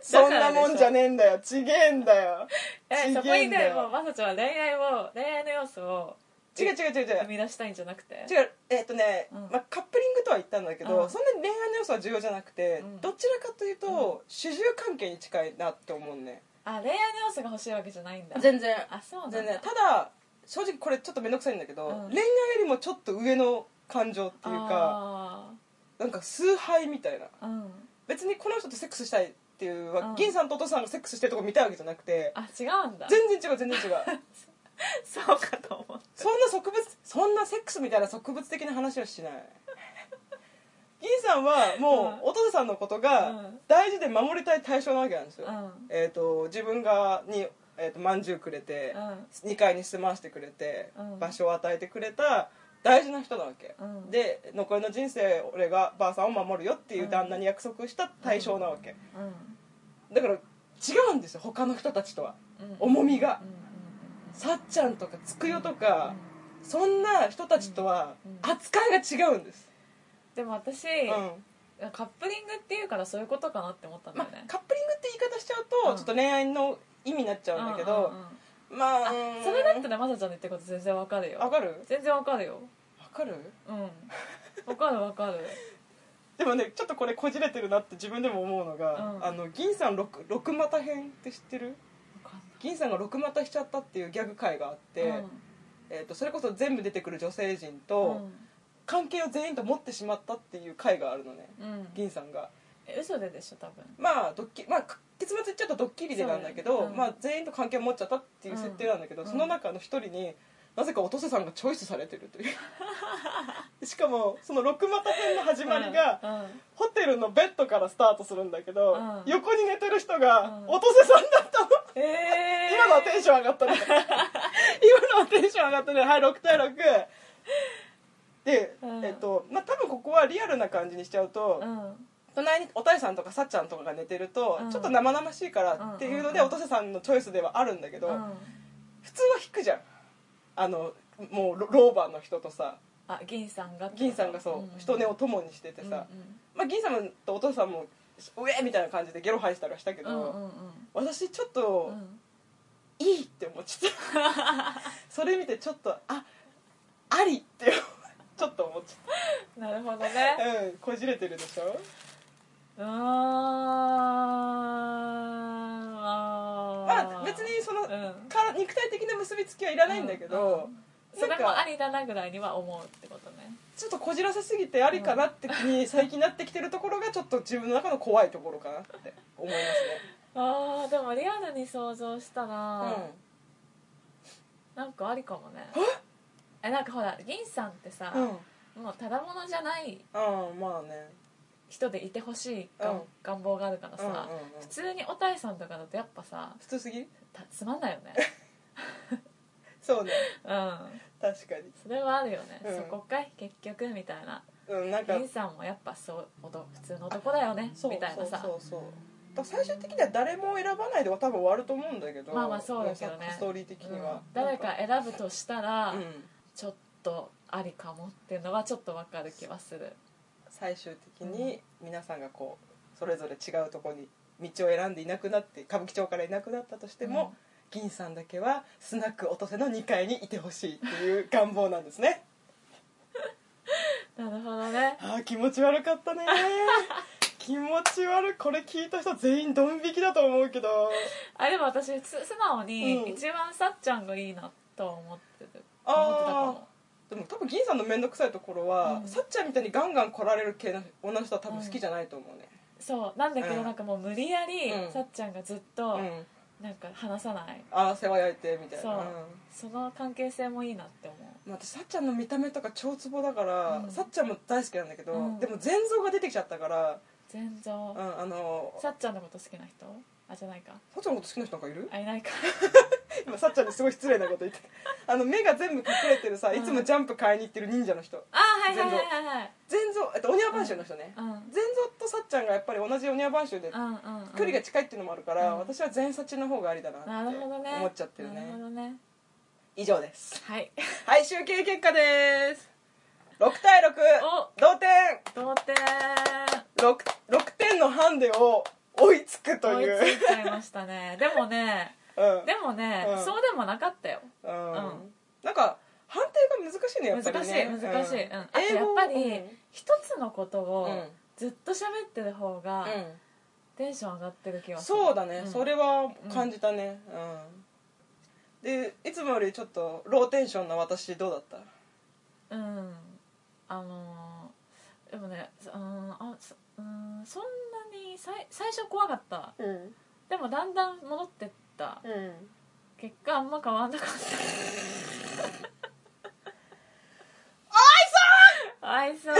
Speaker 1: そんなもんじゃねえんだよちげえんだよ
Speaker 2: え
Speaker 1: ち
Speaker 2: そ
Speaker 1: げ
Speaker 2: こ
Speaker 1: え
Speaker 2: に
Speaker 1: んだ
Speaker 2: でも
Speaker 1: よ
Speaker 2: まさちゃんは恋愛を恋愛の要素を
Speaker 1: 違う違う違う違
Speaker 2: 生
Speaker 1: う
Speaker 2: み出したいんじゃなくて
Speaker 1: 違うえっ、とね、
Speaker 2: うん
Speaker 1: まあ、カップリングとは言ったんだけど、
Speaker 2: うん
Speaker 1: そんなに恋愛の要素は重要じゃなくて、
Speaker 2: うん
Speaker 1: どちらかというと、主従関係に近いなって思うね
Speaker 2: あ恋愛の要素が欲しいわけじゃないんだ
Speaker 1: 全然
Speaker 2: あそうなんだ
Speaker 1: 全然ただ正直これちょっと面倒くさいんだけど、
Speaker 2: うん
Speaker 1: 恋愛よりもちょっと上の感情っていうか
Speaker 2: あ
Speaker 1: なんか崇拝みたいな
Speaker 2: ーうん
Speaker 1: 別にこの人とセックスしたいっていうわ、
Speaker 2: うん
Speaker 1: 銀さんとお父さんがセックスしてるとこ見たいわけじゃなくて
Speaker 2: あ違うんだ
Speaker 1: 全然違う全然違う
Speaker 2: そうかと思った
Speaker 1: そんな植物そんなセックスみたいな植物的な話はしない銀さんはも
Speaker 2: う
Speaker 1: う、お父さんのこと
Speaker 2: う
Speaker 1: が
Speaker 2: ん
Speaker 1: 大事で守りたい対象なわけなんですよ、
Speaker 2: うん
Speaker 1: えっ、と自分がに、えー、とまんじゅうくれて、2階に住まわしてくれて、
Speaker 2: うん
Speaker 1: 場所を与えてくれた大事な人なわけ、
Speaker 2: うん
Speaker 1: で残りの人生俺がばあさんを守るよっていう旦那に約束した対象なわけ、
Speaker 2: うん
Speaker 1: だから違うんですよ他の人たちとは
Speaker 2: うん
Speaker 1: 重みが
Speaker 2: うんうん
Speaker 1: さっちゃんとかつくよとか、そんな人たちとは
Speaker 2: うん
Speaker 1: 扱いが違うんです、
Speaker 2: でも私、
Speaker 1: うん
Speaker 2: カップリングっていうからそういうことかなって思ったんだ
Speaker 1: ま
Speaker 2: よね
Speaker 1: あ、、カップリングって言い方しちゃうと、
Speaker 2: うん
Speaker 1: ちょっと恋愛の意味になっちゃうんだけど、
Speaker 2: うんうんうん
Speaker 1: まあ
Speaker 2: あそれだったらまさちゃんの言ってること全然わかる
Speaker 1: わ
Speaker 2: よ
Speaker 1: かる
Speaker 2: 全然わかるよ
Speaker 1: わかる
Speaker 2: うんわかるわかる
Speaker 1: でもねちょっとこれこじれてるなって自分でも思うのが、
Speaker 2: うん
Speaker 1: あの銀さん六六股編って知ってる
Speaker 2: わかん
Speaker 1: 銀さんが六股しちゃったっていうギャグ回があって、
Speaker 2: ない
Speaker 1: えー、とそれこそ全部出てくる女性陣
Speaker 2: うん
Speaker 1: と関係を全員と持ってしまったっていう回があるのね
Speaker 2: うんうん
Speaker 1: 銀さんが
Speaker 2: え嘘ででしょ多分
Speaker 1: まあドッキまあか結末言っちゃうとドッキリでなんだけど
Speaker 2: そうだねうん
Speaker 1: まあ、全員と関係を持っちゃったっていう設定なんだけど、
Speaker 2: うん
Speaker 1: その中の一人になぜかおとせさんがチョイスされてるという しかもその六股編の始まりが、
Speaker 2: うんうん
Speaker 1: ホテルのベッドからスタートするんだけど、
Speaker 2: うん
Speaker 1: 横に寝てる人が
Speaker 2: うん
Speaker 1: おとせさんだったの、
Speaker 2: ええ
Speaker 1: 今のはテンション上が ったね今のはテンション上がったねはい6対6で、
Speaker 2: うん
Speaker 1: えっとまあ多分ここはリアルな感じにしちゃうと、
Speaker 2: うん
Speaker 1: 隣におたいさんとかさっちゃんとかが寝てると、
Speaker 2: うん
Speaker 1: ちょっと生々しいからっていうので、
Speaker 2: うんうんうん
Speaker 1: おとせさんのチョイスではあるんだけど、
Speaker 2: うん
Speaker 1: 普通は引くじゃんあのもうロローバーの人とさ
Speaker 2: あ銀さんが
Speaker 1: 銀さんがそう、人根を友にしててさ、
Speaker 2: うん
Speaker 1: まあ、銀さんとお父さんも「うえ!」みたいな感じでゲロ吐いてたりはしたけ
Speaker 2: う
Speaker 1: ど、
Speaker 2: んうんうん
Speaker 1: 私ちょっ
Speaker 2: う
Speaker 1: と
Speaker 2: ん
Speaker 1: いいって思っちゃった それ見てちょっとあありってちょっと思っち
Speaker 2: なるほど
Speaker 1: ゃ っ
Speaker 2: ね
Speaker 1: た、うん、こじれてるでしょ
Speaker 2: うーんま
Speaker 1: まあ別にその、
Speaker 2: うん
Speaker 1: から肉体的な結びつきはいらないんだけど、
Speaker 2: そ
Speaker 1: な
Speaker 2: れ
Speaker 1: ん
Speaker 2: もあ
Speaker 1: か
Speaker 2: りだなぐらいには思うってことね
Speaker 1: ちょっとこじらせすぎてありかなって気に最近なってきてるところがちょっと自分の中の怖いところかなって思いますね、
Speaker 2: あーでもリアルに想像した
Speaker 1: う
Speaker 2: ら、
Speaker 1: ん、
Speaker 2: なんかありかもねえなんかほら銀さんってさ、もうただものじゃない
Speaker 1: うん、うん、まあね
Speaker 2: 人でいてほしいが、
Speaker 1: うん
Speaker 2: 願望があるからさ、
Speaker 1: うんうんうん
Speaker 2: 普通におたいさんとかだとやっぱさ
Speaker 1: 普通すぎ
Speaker 2: たつまんないよね
Speaker 1: そうね
Speaker 2: うん
Speaker 1: 確かに
Speaker 2: それはあるよね、
Speaker 1: うん
Speaker 2: そこかい結局みたいな
Speaker 1: うんなんか
Speaker 2: リンさんもやっぱそうおと普通の男だよね
Speaker 1: そう
Speaker 2: みたいなさ
Speaker 1: そうそうそうだから最終的には誰も選ばないでは多分終わると思うんだけど
Speaker 2: まあまあそうだけどね
Speaker 1: このストーリー的には、
Speaker 2: うん誰か選ぶとしたら、
Speaker 1: うん
Speaker 2: ちょっとありかもっていうのはちょっとわかる気はする
Speaker 1: 最終的に皆さんがこうそれぞれ違うとこに道を選んでいなくなって歌舞伎町からいなくなったとしても、銀さんだけはスナック落とせの2階にいてほしいっていう願望なんです ね
Speaker 2: なるほどね
Speaker 1: あー気持ち悪か ったね気持ち悪いこれ聞いた人全員ドン引きだと思うけど
Speaker 2: あでも私す素直
Speaker 1: うん
Speaker 2: に一番さっちゃんがいいなと思ってる、
Speaker 1: あー
Speaker 2: 思ってたかも
Speaker 1: でも多分銀さんの面倒くさいところは、
Speaker 2: うん
Speaker 1: さっちゃんみたいにガンガン来られる系の女の人は多分好きじゃないと思うね、
Speaker 2: そうなんだけど
Speaker 1: うん
Speaker 2: なんかもう無理やり、
Speaker 1: うん
Speaker 2: さっちゃんがずっ
Speaker 1: う
Speaker 2: と
Speaker 1: ん
Speaker 2: なんか話さない、
Speaker 1: ああ世話焼いてみたい
Speaker 2: そ
Speaker 1: な
Speaker 2: う、
Speaker 1: うん
Speaker 2: その関係性もいいなって思
Speaker 1: まあ私さっちゃんの見た目とか超ツボだから、
Speaker 2: うん
Speaker 1: さっちゃんも大好きなんだけど、
Speaker 2: うん
Speaker 1: でも全像が出てきちゃったから、
Speaker 2: う全然
Speaker 1: うん、あのさ
Speaker 2: さっちゃんのこと好きな人あじゃないか
Speaker 1: っちゃんのこと好きな人なんかいる
Speaker 2: あいな いか
Speaker 1: 今さっちゃんにすごい失礼なこと言ってたあの目が全部隠れてるさ
Speaker 2: うん
Speaker 1: いつもジャンプ買いに行ってる忍者の人
Speaker 2: あはいはいはいはいはい
Speaker 1: 全像えっと鬼番衆の人ね、
Speaker 2: うん
Speaker 1: 全像とさっちゃんがやっぱり同じ鬼番衆で
Speaker 2: うんうん
Speaker 1: 距離が近いっていうのもあるから、
Speaker 2: うん
Speaker 1: 私は全サチの方がありだなって
Speaker 2: なるほどね
Speaker 1: 思っちゃってるね
Speaker 2: なるほどね
Speaker 1: 以上です
Speaker 2: はい
Speaker 1: はい集計結果です6対6同点
Speaker 2: 同点
Speaker 1: 6, 6点のハンデを追いつくと
Speaker 2: 追
Speaker 1: い
Speaker 2: いうついちゃいました ねでもね
Speaker 1: うん
Speaker 2: でもね、
Speaker 1: うん
Speaker 2: そうでもなかったよ
Speaker 1: うん
Speaker 2: うん
Speaker 1: なんか判定が難しいねやっ
Speaker 2: 難
Speaker 1: ぱり
Speaker 2: しい
Speaker 1: ね
Speaker 2: 難しい、うん
Speaker 1: うん
Speaker 2: あとやっぱ
Speaker 1: 英
Speaker 2: り
Speaker 1: 語
Speaker 2: 一つのこと
Speaker 1: うん
Speaker 2: をずっと喋ってる方が
Speaker 1: うん
Speaker 2: テンション上がってる気がする
Speaker 1: そうだね、
Speaker 2: ん
Speaker 1: それは感じたねうん、でいつもよりちょっとローテンションな私どうだった
Speaker 2: うんあのーでもねそうんあそうんそんなにさい最初怖かった
Speaker 1: うん
Speaker 2: でもだんだん戻ってった
Speaker 1: うん
Speaker 2: 結果あんま変わんなかった愛想愛想